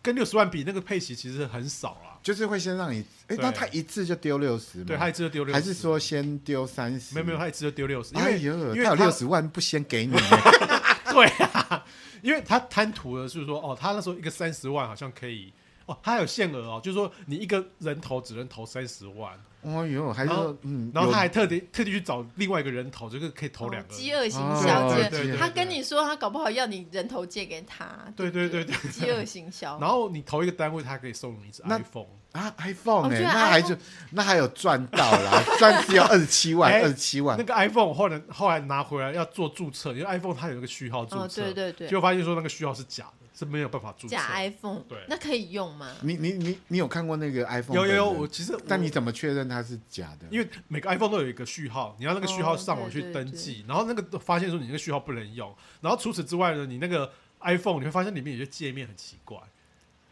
S2: 跟六十万比，那个配息其实很少啊啦。
S3: 就是会先让你，哎、
S2: 对
S3: 那他一次就丢六十吗？
S2: 对他一次就丢六，
S3: 还是说先丢三十？
S2: 没有没有，，他一次就丢六十，因
S3: 哎
S2: 为
S3: 呦，
S2: 因为
S3: 他有
S2: 他
S3: 六十万不先给你，
S2: 对啊，因为他贪图的是说，哦，他那时候一个三十万好像可以，哦，他还有限额哦，就是说你一个人头只能投三十万，
S3: 哎呦，还是
S2: 然后
S3: 说嗯，
S2: 然后他
S3: 有
S2: 还特地特地去找另外一个人头，就是可以投两个。
S1: 饥饿型
S3: 哦
S1: 销，饥
S3: 对
S1: 饿
S3: 对对
S1: 他跟你说他搞不好要你人头借给他，
S2: 对对对对，
S1: 饥饿型销。
S2: 然后你投一个单位，他可以送你一只
S3: 那
S2: iPhone。
S3: 啊 iPhone
S1: 哦
S3: 呢、
S1: 居然
S3: 那还
S1: iPhone
S3: 就那还有赚到啦， 赚 只有二十七万，
S2: 哎
S3: 二十七万
S2: 那。个 iPhone 我后来后来拿回来要做注册，因为 iPhone 它有一个序号注册，
S1: 哦对对对
S2: 结果发现说那个序号是假的，是没有办法注册。
S1: 假 iPhone，
S2: 对
S1: 那可以用吗？
S3: 你你你你有看过那个 iPhone？
S2: 有有有，
S3: 本人
S2: 我其实
S3: 但你
S2: 么？
S3: 怎么确认它是假的？
S2: 因为每个 iPhone 都有一个序号，你要那个序号
S1: 哦
S2: 上网
S1: 对
S2: 去
S1: 对
S2: 登记，然后那个发现说你那个序号不能用，然后除此之外呢，你那个 iPhone 你会发现里面有些界面很奇怪，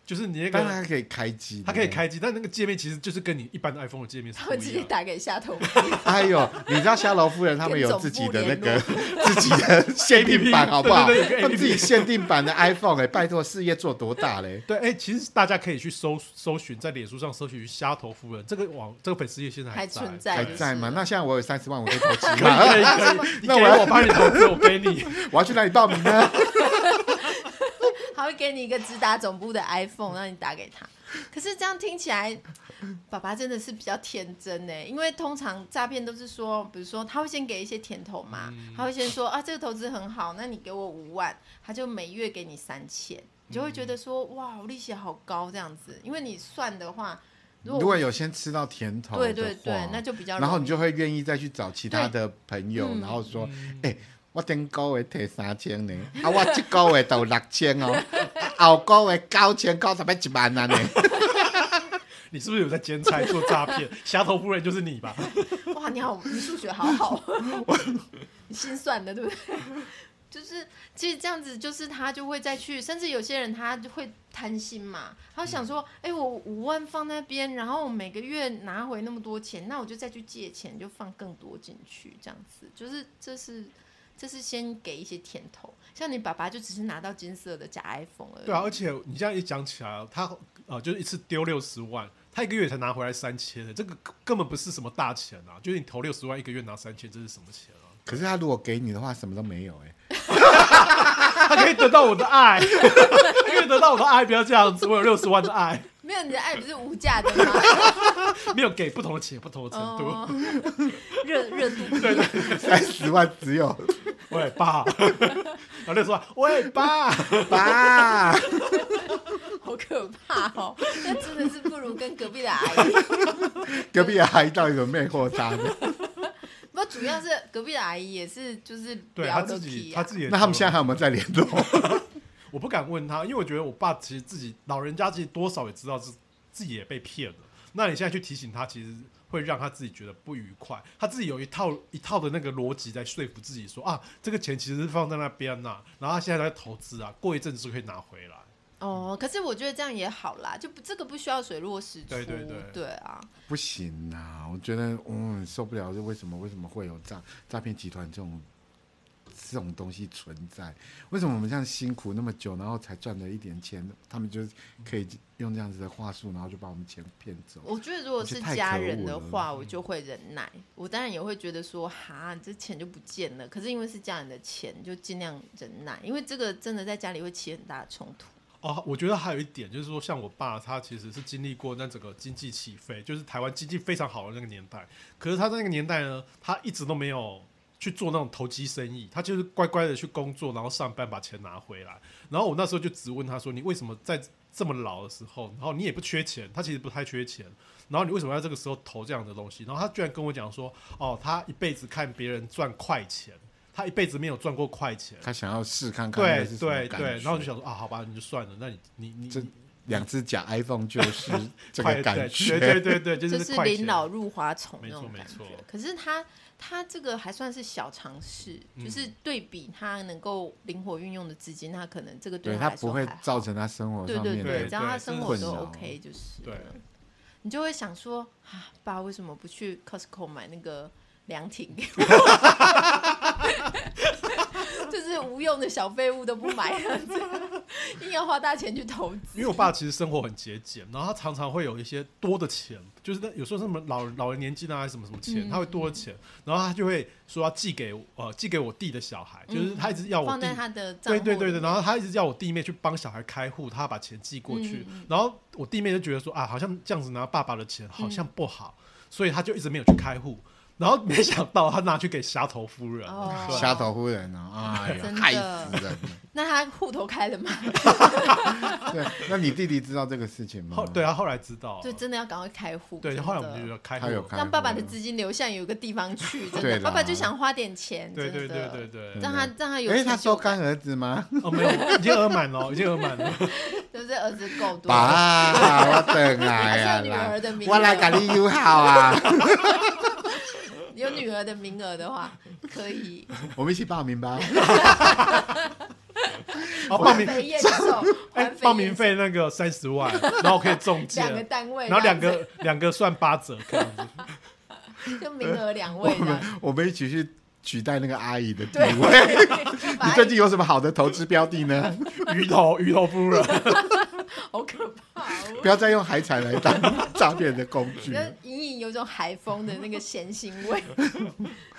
S2: 就是你那
S3: 但
S2: 个
S3: 它可以开机，
S2: 它可以
S3: 对不对。
S2: 开机，但那个界面其实就是跟你一般的 iPhone 的界面是
S1: 他
S2: 不
S1: 们直
S2: 一
S1: 接
S2: 样。
S1: 打给下 头，
S3: 哎呦，你知道虾楼夫人他们有自己的那个 自己的限定版，好不好？
S2: 对对对有个
S3: 他们自己限定版的 iPhone 哎、拜托，事业做多大嘞？
S2: 对，哎、其实大家可以去搜搜寻，在脸书上搜寻“虾头夫人”这个网，这个粉丝页现在
S1: 还
S2: 在，
S1: 存在
S3: 还
S1: 就是
S3: 在吗？那现在我有三十万，我可以投资
S2: 可以
S3: 吗？
S2: 可以 可以，你
S3: 那
S2: 给
S3: 我要
S2: 我帮你投资，我给你。
S3: 我要去哪里报名呢？
S1: 他会给你一个直达总部的 iPhone，让你打给他。可是这样听起来，爸爸真的是比较天真呢，因为通常诈骗都是说，比如说他会先给一些甜头嘛，他会先说啊这个投资很好，那你给我五万，他就每月给你三千，你就会觉得说哇利息好高这样子，因为你算的话，如
S3: 如
S1: 果
S3: 果有先吃到甜头的
S1: 对
S3: 话，
S1: 对对，那就比较容易
S3: 然后你就会愿意再去找其他的朋友，
S1: 嗯
S3: 然后说，哎、我顶个月摕三千呢，啊，我这个月就六千哦，啊后个月九千九十八一万啊呢。
S2: 你是不是有在兼差做诈骗？虾头夫人就是你吧？
S1: 哇，你好，你数学好好，你心算的对不对？ 就是其实这样子，就是他就会再去，甚至有些人他就会贪心嘛，他会想说，
S2: 嗯
S1: 哎、我五万放那边，然后我每个月拿回那么多钱，那我就再去借钱，就放更多进去，这样子，就是这是这是先给一些甜头。像你爸爸就只是拿到金色的假 iPhone 而已。
S2: 对啊，而且你这样一讲起来，他呃，就是一次丢六十万，他一个月才拿回来三千的，这个根本不是什么大钱啊！就是你投六十万，一个月拿三千，这是什么钱啊？
S3: 可是他如果给你的话，什么都没有哎、
S2: 他可以得到我的爱， 他可以得到我的爱，不要这样子，我有六十万的爱，
S1: 没有你的爱不是无价的 吗？
S2: 啊没有给不同的钱，不同的程度。
S1: 哦， 热热度不一样
S2: 啊
S3: 三十万只有
S2: 喂爸， 然后六十万，喂爸，
S3: 爸，
S1: 好可怕 哦！那真的是不如跟隔壁的阿 姨。
S3: 隔壁的阿姨到底怎么魅惑他呢？
S1: 不，主要是隔壁的阿姨也是就是
S2: 对他
S1: 聊得
S2: 自己，
S1: 皮
S2: 他
S1: 啊。
S2: 自己也
S3: 那他们
S2: 投了
S3: 现在还有没有在联络？
S2: 我不敢问他，因为我觉得我爸其实自己老人家其实多少也知道自自己也被骗了。那你现在去提醒他，其实会让他自己觉得不愉快。他自己有一套一套的那个逻辑在说服自己说啊，这个钱其实是放在那边呐、然后他现在在投资啊，过一阵子就可以拿回来。
S1: 哦，可是我觉得这样也好啦，就不这个不需要水落石出。
S2: 对对对
S1: 啊，
S3: 不行啊，我觉得嗯受不了，是为什么？为什么会有诈诈骗集团这种这种东西存在？为什么我们这样辛苦那么久，然后才赚了一点钱，他们就可以用这样子的话术，然后就把我们钱骗走？
S1: 我觉得如果是家人的话，我就会忍耐。我当然也会觉得说，哈，这钱就不见了。可是因为是家人的钱，就尽量忍耐，因为这个真的在家里会起很大的冲突。
S2: 哦，我觉得还有一点就是说，像我爸他其实是经历过那整个经济起飞，就是台湾经济非常好的那个年代。可是他在那个年代呢，他一直都没有去做那种投机生意，他就是乖乖的去工作，然后上班把钱拿回来。然后我那时候就质问他说：“你为什么在这么老的时候，然后你也不缺钱？他其实不太缺钱，然后你为什么要这个时候投这样的东西？”然后他居然跟我讲说：“哦，他一辈子看别人赚快钱，他一辈子没有赚过快钱。”
S3: 他想要试看看那
S2: 对
S3: 是什么
S2: 对
S3: 感
S2: 对，然后我就
S3: 觉
S2: 想说啊，好吧，你就算了，那你你你
S3: 这
S2: 你
S3: 两只假 iPhone 就是这
S2: 快
S3: 个感觉，
S2: 对 对对对，就
S1: 就是是
S2: 快
S1: 临
S2: 钱
S1: 老入华丛
S2: 没
S1: 那
S2: 错
S1: 种
S2: 没
S1: 感觉
S2: 错。
S1: 可是他他这个还算是小尝试，就是
S2: 嗯
S1: 对比他能够灵活运用的资金，他可能这个
S3: 对
S1: 他
S3: 他
S1: 来
S3: 不
S1: 说
S3: 会
S1: 还好。
S3: 造成他生活
S1: 对
S3: 上
S1: 对
S3: 面
S1: 对，
S2: 对
S1: 只
S3: 的
S1: 要他
S2: 对
S1: 生
S2: 真
S1: 活
S3: 的
S1: 都
S3: 是
S1: OK 就是
S2: 对
S1: 了你就会想说啊，爸为什么不去 Costco 买那个凉亭 给我？就是无用的小废物都不买，这样硬要花大钱去投资。
S2: 因为我爸其实生活很节俭，然后他常常会有一些多的钱，就是那有时候什么老老人年金啊，还是什么什么
S1: 嗯
S2: 钱，他会多的钱，然后他就会说要寄给我呃寄给我弟的小孩，就是他一直要
S1: 嗯
S2: 我
S1: 放
S2: 弟
S1: 在他的账
S2: 对
S1: 户
S2: 对对
S1: 里
S2: 对，
S1: 面
S2: 然后他一直叫我弟妹去帮小孩开户，他把钱寄过
S1: 嗯
S2: 去，然后我弟妹就觉得说啊，好像这样子拿爸爸的钱好像不好，
S1: 嗯
S2: 所以他就一直没有去开户，然后没想到他拿去给虾头夫人，
S1: 哦
S2: 对
S3: 瞎投夫人啊， 哎呀
S1: 真，的
S3: 害死人了！
S1: 那他户头开了吗？
S3: 对，那你弟弟知道这个事情吗
S2: 啊后？对，他后来知道，
S1: 对，真的要赶快开户。
S2: 哦对，
S1: 真
S2: 后来我
S1: 的
S2: 们就觉得开户
S3: 他有开
S1: 让爸爸的
S3: 户
S1: 资金流向有个地方去，真
S3: 对
S1: 的，
S3: 啦
S1: 爸爸就想花点钱，
S2: 对对
S1: 真
S2: 对
S1: 的
S2: 对对，
S1: 让他让他有，
S3: 哎，他收，干儿子吗？
S2: 哦，没有，已经额满 了，已经额满了。
S1: 对不对？儿子够多，
S3: 爸，我
S1: 还
S3: 等 来
S1: 是
S3: 呀
S1: 有女儿的名
S3: 我来
S1: 额，
S3: 跟你友好 啊，
S1: 有女儿的名额的 话，可以。
S3: 我们一起报名吧。
S2: 然后哦报名，
S1: 肥 燕手，
S2: 哎，
S1: 环肥
S2: 报名
S1: 燕
S2: 费那个三十 万，然后可以中
S1: 手两个
S2: 箭，
S1: 单位，
S2: 然后两个两个算八折，这样子。
S1: 就名额两位
S3: 我
S1: 的
S3: 们。我们一起去取代那个阿姨的地
S1: 对，
S3: 位。 你
S1: 你
S3: 最近有什么好的投资标 的呢？
S2: 鱼头鱼头夫人，
S1: 好可怕哦。
S3: 不要再用海产来当诈骗的工具
S1: 就。隐隐有种海风的那个咸腥 味，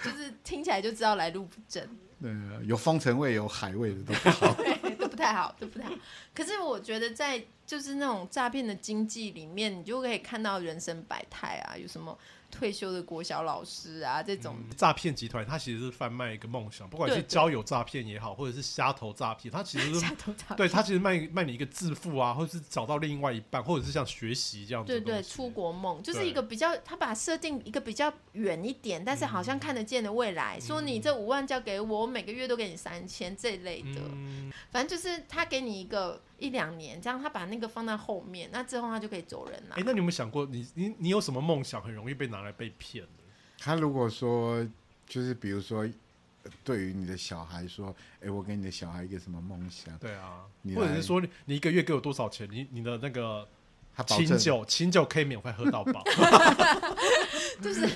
S1: 就是听起来就知道来路不正。
S3: 对，啊有风尘味，有海味的都 不好。
S1: 对，都不太好，都不太好。可是我觉得在就是那种诈骗的经济里面，你就可以看到人生百态啊，有什么退休的国小老师啊这种，
S2: 诈骗集团它其实是贩卖一个梦想，不管是
S1: 对对
S2: 交友诈骗也好，或者是虾头诈骗，它其实是
S1: 下头诈
S2: 对
S1: 骗。
S2: 它其实卖卖你一个致富啊，或者是找到另外一半，或者是像学习这样子
S1: 对
S2: 的东西。
S1: 对，出国梦就是
S2: 对
S1: 一个比较，他把设定一个比较远一点，但是好
S2: 嗯
S1: 像看得见的未来。说你这五万交给我，我每个月都给你三千这一类的，
S2: 嗯，
S1: 反正就是他给你一个一两年，这样他把那个放在后面，那之后他就可以走人了
S2: 哎，。那你有没有想过，你你你有什么梦想很容易被拿来被骗的？
S3: 他如果说，就是比如说，呃对于你的小孩说，哎，我给你的小孩一个什么梦想，
S2: 对啊，
S3: 你
S2: 或者
S3: 来
S2: 是说你你一个月给我多少钱？你你的那个
S3: 他保
S2: 清
S3: 证
S2: 酒，清酒可以免费喝到 饱。
S1: 就是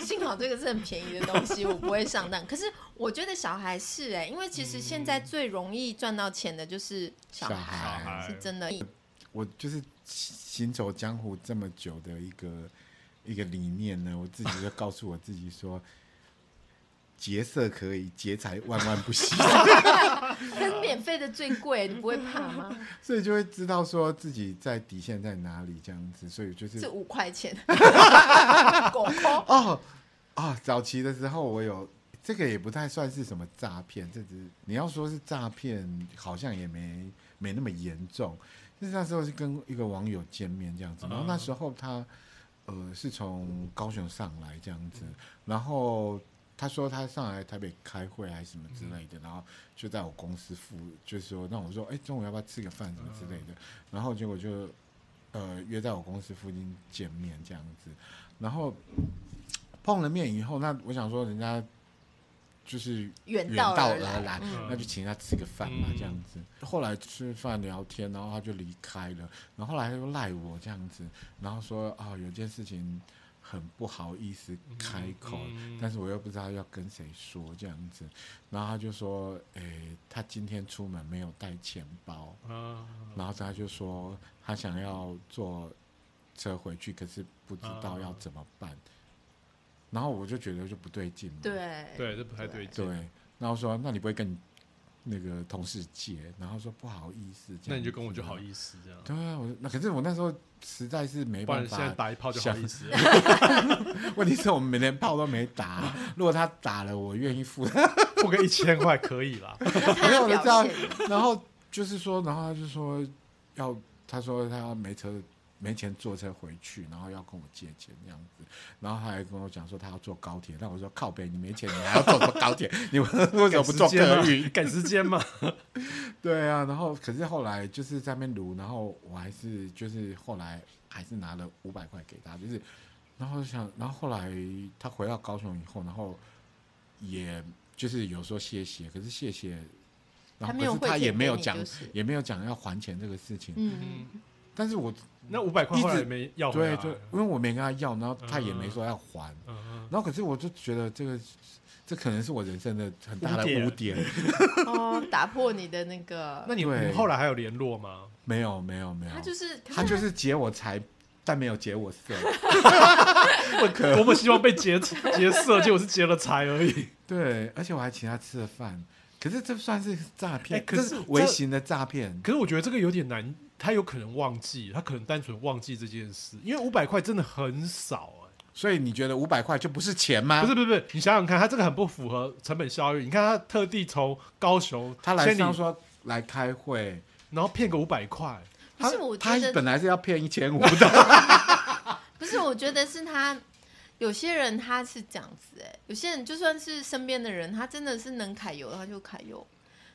S1: 幸好这个是很便宜的东西，我不会上当。可是我觉得小孩是哎、因为其实现在最容易赚到钱的就是小
S3: 嗯
S1: 孩，
S3: 小孩
S2: 小孩
S1: 是真的。
S3: 我就是行走江湖这么久的一个一个理念呢，我自己就告诉我自己说，劫色可以，劫财万万不行，
S1: 可是免费的最贵，你不会怕吗？
S3: 所以就会知道说自己在底线在哪里这样子，所以就是
S1: 是五块 钱，狗狗
S3: 哦啊、早期的时候我有这个也不太算是什么诈骗，这只你要说是诈骗，好像也没没那么严重。就是那时候是跟一个网友见面这样子，然后那时候他呃是从高雄上来这样子，然后他说他上来台北开会还是什么之类的，然后就在我公司附，就是说那我说哎、中午要不要吃个饭什么之类的，然后结果就呃约在我公司附近见面这样子，然后碰了面以后，那我想说人家就是
S1: 远
S3: 远
S1: 道
S3: 道
S1: 而
S3: 而
S1: 来
S3: 来，
S2: 嗯
S3: 那就请他吃个饭嘛，这样子。后来吃饭聊天，然后他就离开了，然后后来他又赖我这样子，然后说啊、有件事情很不好意思开口，
S2: 嗯
S3: 但是我又不知道要跟谁说这样子，然后他就说，诶、他今天出门没有带钱包，
S2: 啊，
S3: 然后他就说他想要坐车回去，可是不知道
S2: 嗯
S3: 要怎么办。然后我就觉得就不对劲嘛，
S1: 对
S2: 对，这不太对劲。
S3: 对，然后说那你不会跟你那个同事借？然后说不好意思，这
S2: 那
S3: 样
S2: 你就跟我就
S3: 子
S2: 好。意思这样，
S3: 对啊，我那可是我那时候实在是没
S2: 不然
S3: 办
S2: 现在
S3: 法。
S2: 打一炮就好意思了。
S3: 问题是我们连炮都没 打，如果他打了，我愿意付。
S2: 付个一千块可以啦。
S1: 要看
S3: 没
S1: 他
S3: 有了这
S1: 表
S3: 样
S1: 现。
S3: 然后就是说，然后他就说要，他说他没车，没钱坐车回去，然后要跟我借钱这样子。然后他还跟我讲说他要坐高铁，那我说靠北，你没钱，你还要坐什么高铁？ 你 为什么不坐客运？
S2: 运？赶时间嘛。
S3: 对啊，然后可是后来就是在那边撸，然后我还是就是后来还是拿了五百块给他，就是，然后想，然后后来他回到高雄以后，然后也就是有说谢谢，可是谢谢，
S1: 他
S3: 然后
S1: 没有
S3: 可是他
S1: 汇钱
S3: 也没有
S1: 给你
S3: 讲，
S1: 就是
S3: 也没有讲要还钱这个事情，
S1: 嗯，
S3: 但是我
S2: 那五百块后来也没要回
S3: 对
S2: 来。啊
S3: 对，因为我没跟他要，然后他也没
S2: 嗯
S3: 说要还，
S2: 嗯，
S3: 然后可是我就觉得这个这可能是我人生的很大的
S2: 污点
S3: 污点，
S1: 哦，打破你的那个，
S2: 那你
S3: 对
S2: 你后来还有联络吗？
S3: 没有没有没有，
S1: 他就是
S3: 他就是解我财，但没有解我色。
S2: 我我们希望被劫 劫色，结果是劫了财而已。
S3: 对，而且我还请他吃了饭。可是这算是诈骗，
S2: 哎可
S3: 这
S2: 是这
S3: 微型的诈骗。
S2: 可是我觉得这个有点难，他有可能忘记，他可能单纯忘记这件事，因为五百块真的很少哎、
S3: 所以你觉得五百块就不是钱吗？
S2: 不是，不是不是，你想想看，他这个很不符合成本效益。你看他特地从高雄
S3: 他来
S2: 千里
S3: 上说来开会，
S2: 然后骗个五百块，
S1: 可
S3: 他
S1: 是我
S3: 他
S1: 觉得
S3: 本来是要骗一千五的，
S1: 不是，我觉得是他有些人他是这样子哎、有些人就算是身边的人，他真的是能揩油他就揩油，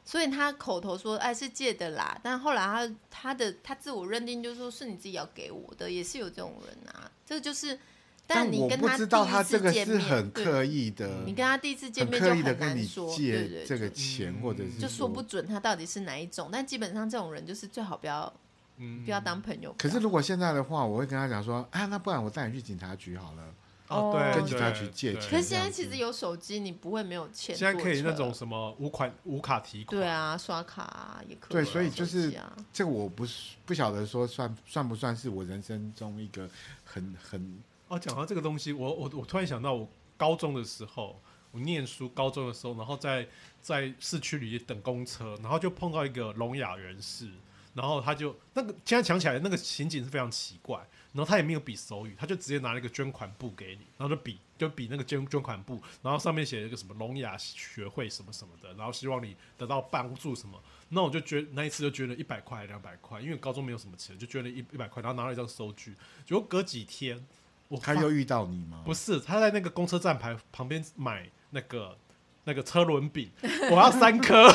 S1: 所以他口头说哎是借的啦，但后来他他的他自我认定就是说是你自己要给我的，也是有这种人啊，这就是，
S3: 但
S1: 你
S3: 我
S1: 跟
S3: 不
S1: 他
S3: 知道
S1: 第一
S3: 他
S1: 次
S3: 这个
S1: 见
S3: 是
S1: 面
S3: 很
S1: 对
S3: 刻意的，
S1: 你跟他第一次见
S3: 很
S1: 面就
S3: 刻意的
S1: 很
S3: 跟
S1: 难
S3: 你
S1: 说，对
S3: 借
S1: 对
S3: 这个
S1: 对
S3: 钱，
S2: 嗯
S3: 或者是
S1: 就说不。准他到底是哪一种，但基本上这种人就是最好不要
S2: 嗯，
S1: 不要当朋友。
S3: 可是
S1: 不要
S3: 如果现在的话，我会跟他讲说，啊，那不然我带你去警察局好了。
S2: 哦，对，
S3: 跟警察
S2: 对
S3: 局借
S2: 对
S3: 钱
S1: 可是现在
S3: 这样子
S1: 其实有手机，你不会没有钱坐
S2: 现
S1: 车。
S2: 在可以那种什么无款无卡提款，
S1: 对，啊，刷卡、啊、也可以啊。
S3: 对，所以就
S1: 手
S3: 是
S1: 机啊，
S3: 这个我不是不晓得说算算不算是我人生中一个很很
S2: 哦，讲到这个东西，我我我突然想到，我高中的时候，我念书高中的时候，然后在在市区里等公车，然后就碰到一个聋哑人士，然后他就那个现在想起来那个情景是非常奇怪，然后他也没有比手语，他就直接拿了一个捐款簿给你，然后就比就比那个捐捐款簿，然后上面写了一个什么聋哑学会什么什么的，然后希望你得到帮助什么。那我就捐那一次就捐了一百块两百块，因为高中没有什么钱，就捐了一一百块，然后拿了一张收据。结果隔几天，我
S3: 他
S2: 发
S3: 又遇到你吗？
S2: 不是，他在那个公车站牌旁 边买那个那个车轮饼，我要三颗，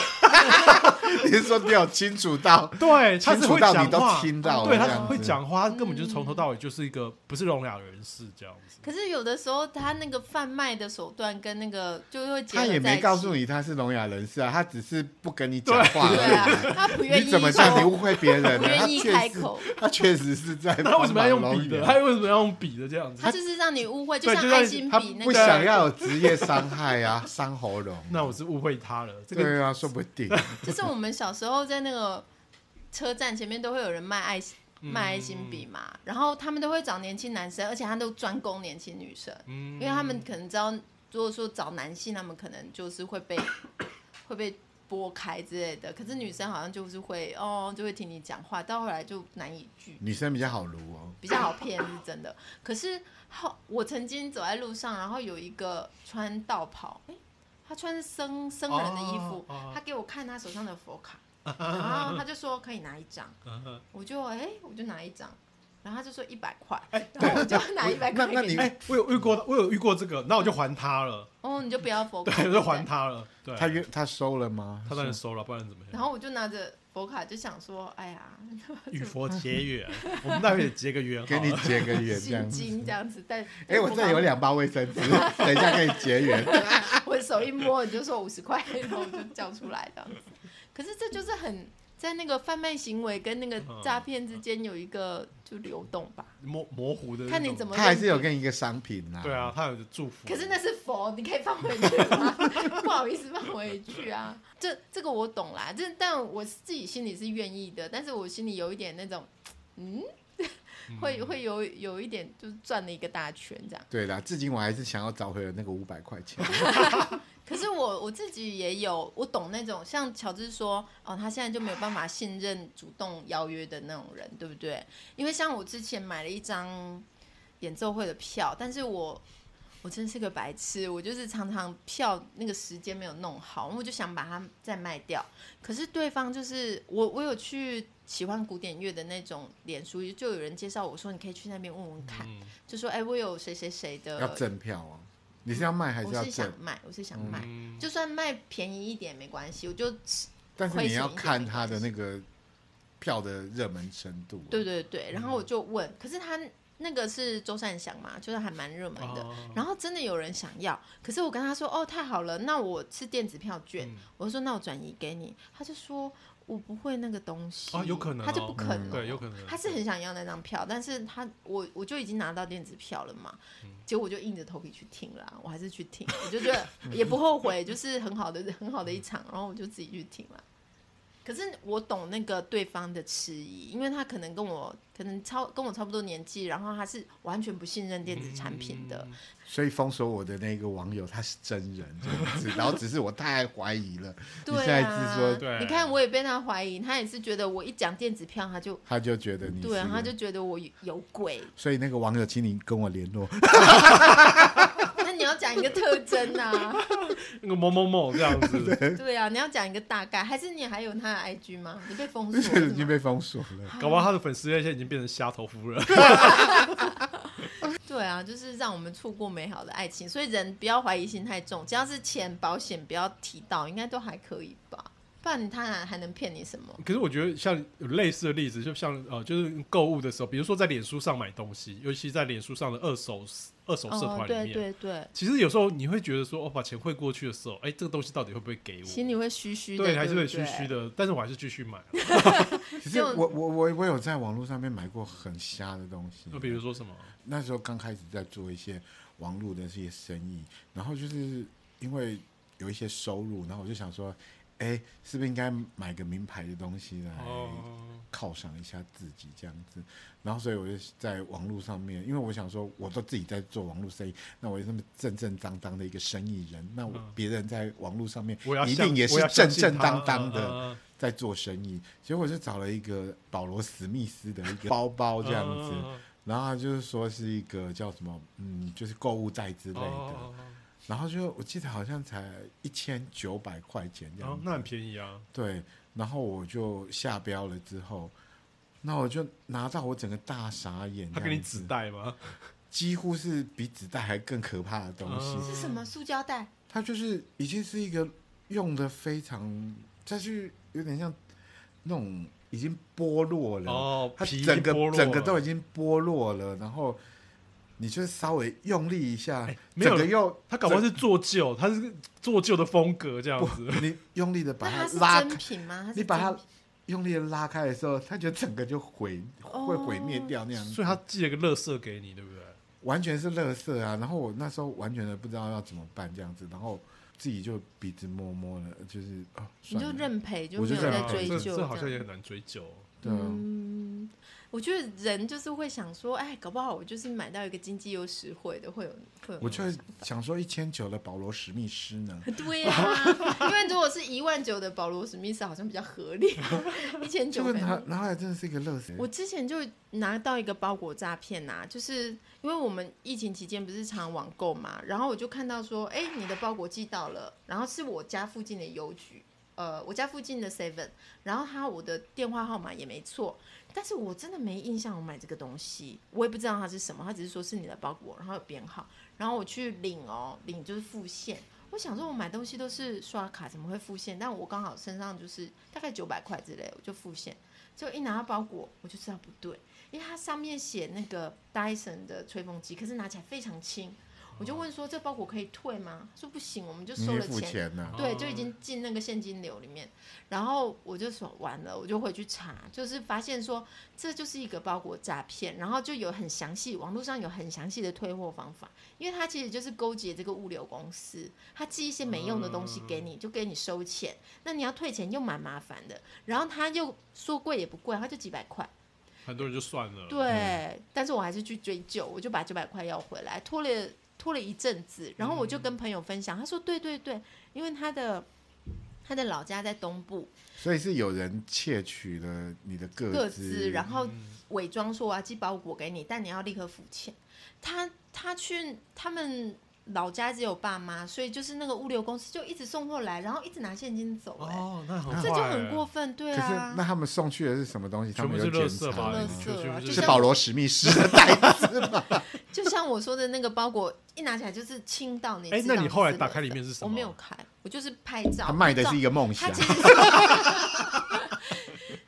S3: 你是说你有清楚到？
S2: 对，他是
S3: 清楚
S2: 会
S3: 到
S2: 讲
S3: 你都
S2: 话，
S3: 听到了
S2: 对，他
S3: 这
S2: 是
S3: 样
S2: 会
S3: 子
S2: 讲话，他根本
S1: 嗯
S2: 就是从头到尾就是一个不是聋哑人士这样 子。
S1: 可是有的时候他那个贩卖的手段跟那个就会 结合
S3: 他也
S1: 在
S3: 没
S1: 一
S3: 告诉
S1: 起，
S3: 你他是聋哑人士啊，他只是不跟你讲话
S1: 对啊
S3: 而，
S1: 他不
S3: 已。
S1: 愿意
S3: 你怎么像你误会别人
S1: 不
S3: 呢？他
S1: 愿意
S3: 确
S1: 开
S3: 实
S1: 口，
S3: 他确实是在
S2: 那他为什么
S3: 帮
S2: 要用
S3: 忙
S2: 笔的？
S3: 聋
S2: 他
S3: 哑
S2: 为什么要用笔的这样子
S1: 他？就是让你误会，
S2: 对
S1: 像
S2: 就
S1: 爱
S2: 像
S1: 心
S2: 他
S1: 笔那
S3: 不
S1: 个，
S3: 想要有职业伤害啊，伤喉咙。
S2: 那我是误会他了。这个
S3: 对啊，说不定
S1: 就是我们小时候在那个车站前面都会有人卖爱心。
S2: 嗯
S1: 卖爱心笔嘛，然后他们都会找年轻男生，而且他都专攻年轻女生，因
S2: 嗯
S1: 为他们可能知道，如果说找男性，他们可能就是会 被会被拨开之类的。可是女生好像就是会哦，就会听你讲话，到后来就难以拒，
S3: 女生比较好撸哦。
S1: 比较好骗是真的。可是后我曾经走在路上，然后有一个穿道袍，诶，他穿僧僧人的衣服，
S2: 哦哦
S1: 他给我看他手上的佛 卡，然后他就说可以拿一张，
S2: 嗯
S1: 我就诶，我就拿一张，然后他就说一百块，
S2: 哎
S1: 然后我就拿一百
S3: 那
S1: 块
S3: 那
S1: 给
S3: 你
S1: 你，
S2: 哎，我有遇过，我有遇过这个，那我就还他了。
S1: 哦，你就不要佛
S2: 对
S1: 卡，，
S2: 我
S1: 不
S2: 就还他了。对，
S3: 他约他收了吗？
S2: 他当然收了，不然怎么
S1: 然
S2: 样？
S1: 后我就拿着佛卡就想说，哎呀，
S2: 与佛结缘，我们待会也结个缘好
S3: 给
S2: 了。
S3: 你结个缘这
S1: 心
S3: 样子。
S1: 经这样子，但
S3: 哎，我这有，两包 卫生纸，等一下跟你结缘。
S1: 我手一摸你就说五十块，然后我就叫出来这样子。可是这就是很在那个贩卖行为跟那个诈骗之间有一个就流动吧，
S2: 模模糊的那种，
S1: 看你怎么
S3: 他还是有
S1: 认
S3: 跟一个商品呐。
S2: 对啊，，他有祝福。
S1: 可是那是佛，你可以放回去吗？ 不好意思，放回去啊。这这个我懂啦，这但我自己心里是愿意的，但是我心里有一点那种，嗯， 会会有有一点就是转了一个大圈这样。
S3: 对啦，至今我还是想要找回了那个五百块钱。
S1: 可是我我自己也有，我懂那种像乔治说，哦，他现在就没有办法信任主动邀约的那种人，对不对？因为像我之前买了一张演奏会的票，但是我我真是个白痴，我就是常常票那个时间没有弄好，我就想把它再卖掉。可是对方就是我，我有去喜欢古典乐的那种脸书，就有人介绍我说你可以去那边问问看，
S2: 嗯
S1: 就说哎，我有谁谁谁的，
S3: 要赠票哦，你是要卖还是
S1: 我
S3: 要
S1: 是想
S3: 赠？
S1: 卖，我是想卖。
S2: 嗯
S1: 就算卖便宜一点没关系，我就
S3: 但是
S1: 亏
S3: 你
S1: 损
S3: 要
S1: 一点
S3: 看
S1: 没
S3: 他的
S1: 关
S3: 那个票的热门程度。哦
S1: 对，对对，然后我就问，可是他那个是周善祥嘛，就是还蛮热门的。
S2: 哦
S1: 然后真的有人想要，可是我跟他说，哦，太好了，那我是电子票券，
S2: 嗯
S1: 我说那我转移给你，他就说我不会那个东西，
S2: 啊有可能
S1: 他就
S2: 哦
S1: 不肯、
S3: 嗯
S2: 对有可能
S1: 他是很想要那张票，但是他我我就已经拿到电子票了嘛，
S2: 嗯
S1: 结果我就硬着头皮去听了啊、我还是去听，我就觉得 也不后悔，就是很好的很好的一场，然后我就自己去听了。可是我懂那个对方的迟疑，因为他可能跟我可能超跟我差不多年纪，然后他是完全不信任电子产品
S2: 嗯
S1: 的，
S3: 所以封锁我的那个网友他是真人，这样子然后只是我太怀疑了，你
S1: 对
S3: 现在
S1: 啊，
S3: 是说
S2: 对
S1: 你看我也被他怀疑，他也是觉得我一讲电子票他就
S3: 他就觉得你
S1: 对啊
S3: 是，
S1: 他就觉得我有鬼。
S3: 所以那个网友，请你跟我联络。
S1: 那你要讲一个特征 啊，
S2: 那个某某某这样子，
S1: 对啊，你要讲一个大概，还是你还有他的 IG 吗？你被 封锁了
S3: 已
S1: 是
S3: 经
S1: 吗？
S3: 被封锁了，
S2: 搞不好他的粉丝现在已经变成虾头 夫了。
S1: 对啊，就是让我们错过美好的爱情，所以人不要怀疑心太重，只要是钱、保险不要提到，应该都还可以吧？不然他还还能骗你什么？
S2: 可是我觉得像有类似的例子，就像呃，就是购物的时候，比如说在脸书上买东西，尤其在脸书上的二手二手社
S1: 哦
S2: 团，里
S1: 对
S2: 面，
S1: 对对，
S2: 其实有时候你会觉得说，哦，把钱汇过去的时候，哎、这个东西到底会不会给我？
S1: 心里会虚虚的，
S2: 对，还是
S1: 会
S2: 会虚虚。的，但是我还是继续买 啊。
S3: 可是我我我我有在网络上面买过很瞎的东西
S2: 就，比如说什么，
S3: 那时候刚开始在做一些网络的这些生意，然后就是因为有一些收入，然后我就想说，哎，是不是应该买个名牌的东西来
S2: 哦，
S3: 犒赏一下自己这样子。然后所以我就在网络上面，因为我想说，我都自己在做网络生意，那我也这么正正当当的一个生意人，那我
S2: 嗯
S3: 别人在网络上面
S2: 我要
S3: 一
S2: 像
S3: 定也
S2: 我
S3: 是
S2: 要
S3: 正
S2: 相信
S3: 正
S2: 他
S3: 当当
S2: 嗯嗯
S3: 的
S2: 嗯
S3: 在做生意。结果就找了一个保罗史密斯的一个包包这样子
S2: 嗯嗯嗯，
S3: 然后他就是说是一个叫什么，嗯，就是购物袋之类的。
S2: 哦，
S3: 然后就我记得好像才一千九百块钱这
S2: 然
S3: 样
S2: 后
S3: 子。
S2: 那很便宜啊，
S3: 对，然后我就下标了之后，那我就拿到我整个大傻眼，
S2: 他给你纸
S3: 子，
S2: 袋吗？
S3: 几乎是比纸袋还更可怕的东西。
S2: 嗯
S1: 是什么塑胶袋？
S3: 它就是已经是一个用的非常再去有点像那种已经剥落了，
S2: 哦，
S3: 它
S2: 皮
S3: 整个
S2: 剥落
S3: 整个
S2: 了
S3: 都已经剥落了，然后你就稍微用力一下，
S2: 哎没有
S3: 整个又
S2: 他搞不好是做旧，他是做旧的风格这样
S3: 不
S2: 子。
S3: 你用力的把
S1: 那它是
S3: 拉
S1: 真
S3: 开，
S1: 品吗？是
S3: 你把
S1: 真
S3: 它
S1: 品
S3: 用力的拉开的时候，它就整个就毁会毁灭
S1: 哦
S3: 掉那样子，
S2: 所以他寄了个乐色给你，对不对？
S3: 完全是垃圾啊！然后我那时候完全的不知道要怎么办这样子，然后自己就鼻子摸摸了，就是啊，
S1: 你
S3: 算
S1: 就
S3: 了
S1: 认赔，就
S3: 我
S1: 没
S3: 就
S1: 有
S3: 认
S1: 在
S3: 赔
S1: 追
S2: 啊这
S1: 究
S2: 这好像
S1: 这
S2: 也
S1: 样。
S2: 很难追究。
S3: 对啊，
S1: 嗯，我觉得人就是会想说，哎，搞不好我就是买到一个经济又实惠的，会有会有那种想法。
S3: 我就想说一千九的保罗史密斯呢，
S1: 对呀、因为如果是一万九的保罗史密斯，好像比较合理，一千
S3: 结
S1: 九
S3: 果
S1: 百
S3: 拿拿回来真的是一个垃圾。
S1: 我之前就拿到一个包裹诈骗呐、就是因为我们疫情期间不是常网购嘛，然后我就看到说，哎、你的包裹寄到了，然后是我家附近的邮局，呃，我家附近的 Seven，然后他我的电话号码也没错，但是我真的没印象我买这个东西，我也不知道它是什么，他只是说是你的包裹，然后有编号，然后我去领哦，领就是付现。我想说，我买东西都是刷卡，怎么会付现？但我刚好身上就是大概九百块之类，我就付现。就一拿到包裹，我就知道不对，因为它上面写那个 Dyson 的吹风机，可是拿起来非常轻。我就问说，这包裹可以退吗？他说不行，我们就
S3: 你
S1: 收
S3: 也
S1: 了
S3: 付钱呢、
S1: 对，
S2: 哦
S1: 就已经进那个现金流里面。然后我就说完了，我就回去查，就是发现说这就是一个包裹诈骗，然后就有很详细，网络上有很详细的退货方法，因为它其实就是勾结这个物流公司，他寄一些没用的东西给你，就给你收钱，那你要退钱又蛮麻烦的，然后他又说贵也不贵，他就几百块。
S2: 很多人就算了。
S1: 对，但是我还是去追究，我就把九百块要回来，拖了拖了一阵子，然后我就跟朋友分享，他说对对对，因为他的他的老家在东部，
S3: 所以是有人窃取了你的
S1: 各
S3: 个
S1: 自，然后伪装说我要寄包裹给你，但你要立刻付钱。他他去他们老家只有爸妈，所以就是那个物流公司就一直送货来，然后一直拿现金走、哎、
S2: 哦，那很
S1: 这就
S2: 坏
S1: 很
S2: 欸
S1: 过分，对
S3: 可是
S1: 啊
S3: 那。他们送去的是什么东西？他
S2: 全
S3: 们
S2: 部
S3: 有
S2: 是垃
S3: 检
S2: 圾
S3: 查
S2: 吧？
S3: 吗
S1: 垃圾
S2: 全部
S1: 啊
S2: 就是
S1: 就是像
S3: 保罗史密斯的袋子吗？
S1: 就像我说的那个包裹，一拿起来就是轻到你知道
S2: 哎
S1: 是垃圾。
S2: 那你后来打开里面是什么
S1: 我没有开，我就是拍照。
S3: 他卖的是 一
S1: 个，
S3: 个啊梦
S1: 他
S3: 想，
S1: 其实是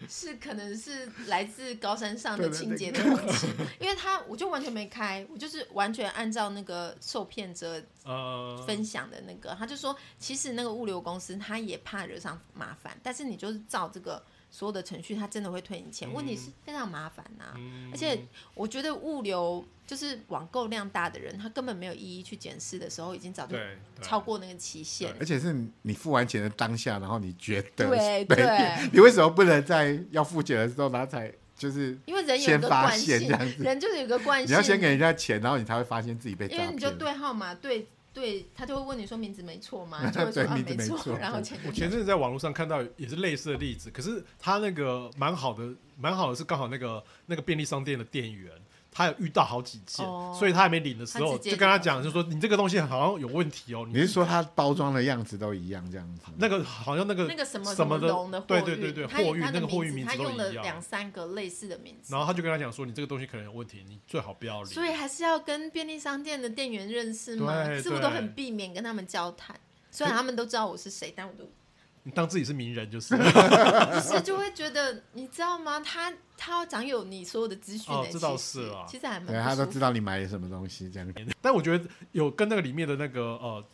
S1: 是 可能是来自高山上的
S3: 对对
S1: 清洁的空气，因为他我就完全没开，我就是完全按照那个受骗者
S2: 呃
S1: 分享的那个，他就说，其实那个物流公司他也怕惹上麻烦，但是你就是照这个所有的程序，他真的会退你钱。
S2: 嗯
S1: 问题是非常麻烦啊呐、
S2: 嗯
S1: 而且我觉得物流就是网购量大的人，他根本没有一一去检视的时候，已经早就
S2: 对对
S1: 超过那个期限了。
S3: 而且是你付完钱的当下，然后你觉得
S1: 对
S3: 被
S1: 对
S3: 你为什么不能在要付钱的时候，然后才就是
S1: 因为人有一个
S3: 先发
S1: 惯
S3: 现
S1: 性
S3: 这样，子
S1: 人就是有一个惯性，
S3: 你要先给人家钱，然后你才会发现自己被诈
S1: 因为
S3: 骗。
S1: 你就对号码对对，他就会问你说名字没错 吗？你就会说
S3: 对
S1: 啊
S3: 名字没
S1: 错，
S3: 错
S1: 然后钱就
S2: 我前阵子在网络上看到也是类似的例子，可是他那个蛮好的，蛮好的是刚好那个那个便利商店的店员。他有遇到好几件，
S1: 哦
S2: 所以他还没领的时候，
S1: 他直接
S2: 就跟他讲，就说你这个东西好像有问题哦。
S3: 你是说它包装的样子都一样这样子？
S2: 那个好像那个
S1: 那个什么
S2: 什么
S1: 的龙的货
S2: 对
S1: 运，
S2: 对对对，
S1: 他
S2: 货运
S1: 他的
S2: 那个货运
S1: 名
S2: 名
S1: 字他
S2: 字都
S1: 用了
S2: 一
S1: 两
S2: 样。
S1: 三个类似的名字，
S2: 然后他就跟他讲说，你这个东西可能有问题，你最好不要领。
S1: 所以还是要跟便利商店的店员认识嘛，
S2: 对
S1: 可是我都
S2: 对
S1: 很避免跟他们交谈。虽然他们都知道我是谁，但我都
S2: 你当自己是名 人就是
S1: 不是，就会觉得你知道吗？他他要掌有你所有的资讯
S2: 哦
S1: 呢、
S2: 这倒
S1: 其实
S2: 是啦
S1: 其实还蛮
S3: 对，他
S1: 不
S3: 都
S1: 舒
S3: 知道你买了什么东西这样。
S2: 但我觉得有跟那个里面的那个呃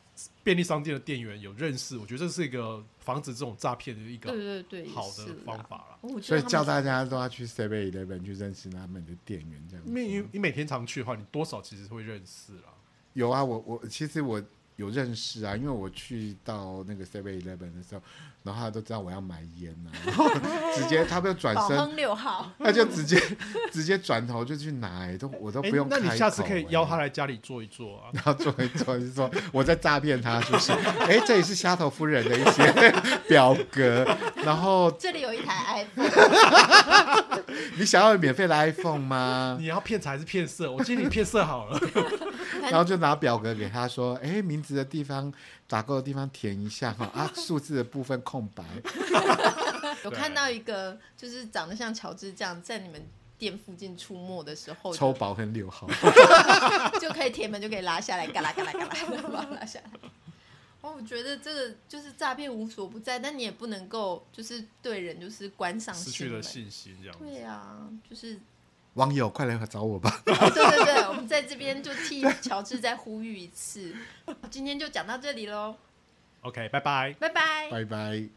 S2: 便利商店的店员有认识，我觉得这是一个防止这种诈骗的一
S1: 服对
S2: 个
S1: 对对，也
S2: 好
S1: 是
S2: 的
S1: 啦
S2: 方。法啦。
S1: 我觉得
S3: 所以
S1: 他们
S3: 叫大家都要去 Seven Eleven 去认识他们的店员这样
S2: 因为
S3: 子。
S2: 你你每天常去的话，你多少其实会认识啦。
S3: 有啊，我我其实我有认识啊，因为我去到那个 Seven Eleven 的时候，然后他都知道我要买烟啊，然后直接他就转
S1: 宝
S3: 身
S1: 亨六号，
S3: 他就直接直接转头就去拿、欸，都我都
S2: 哎
S3: 不用、
S2: 那
S3: 开欸
S2: 你下次可以邀他
S3: 来，
S2: 来家里坐一坐 啊。
S3: 然后做一做，就说我在诈骗他，是不是？哎、这里是虾头夫人的一些 表格，然后
S1: 这里有一 台 iPhone，
S3: 你想要有免费的 iPhone 吗？
S2: 你要骗财还是骗色？我建议你骗 色好了。
S3: 然后就拿表格给他说，哎、名字的地方打勾的地方填一下哈，啊，数字的部分空白。
S1: 有看到一个就是长得像乔治这样，在你们店附近出没的时候，
S3: 抽保跟六号，
S1: 就可以铁门就可以拉下来，嘎啦嘎啦嘎啦，把它拉下来。哦，我觉得这个就是诈骗无所不在，但你也不能够就是对人就是关上
S2: 失去
S1: 心
S2: 了
S1: 门。
S2: 信心这样子。
S1: 对啊，就是
S3: 网友快来找我吧。
S1: 对对对，我们在这边就替乔治再呼吁一次。今天就讲到这里喽，
S2: OK，拜拜。
S1: 拜拜。
S3: 拜拜。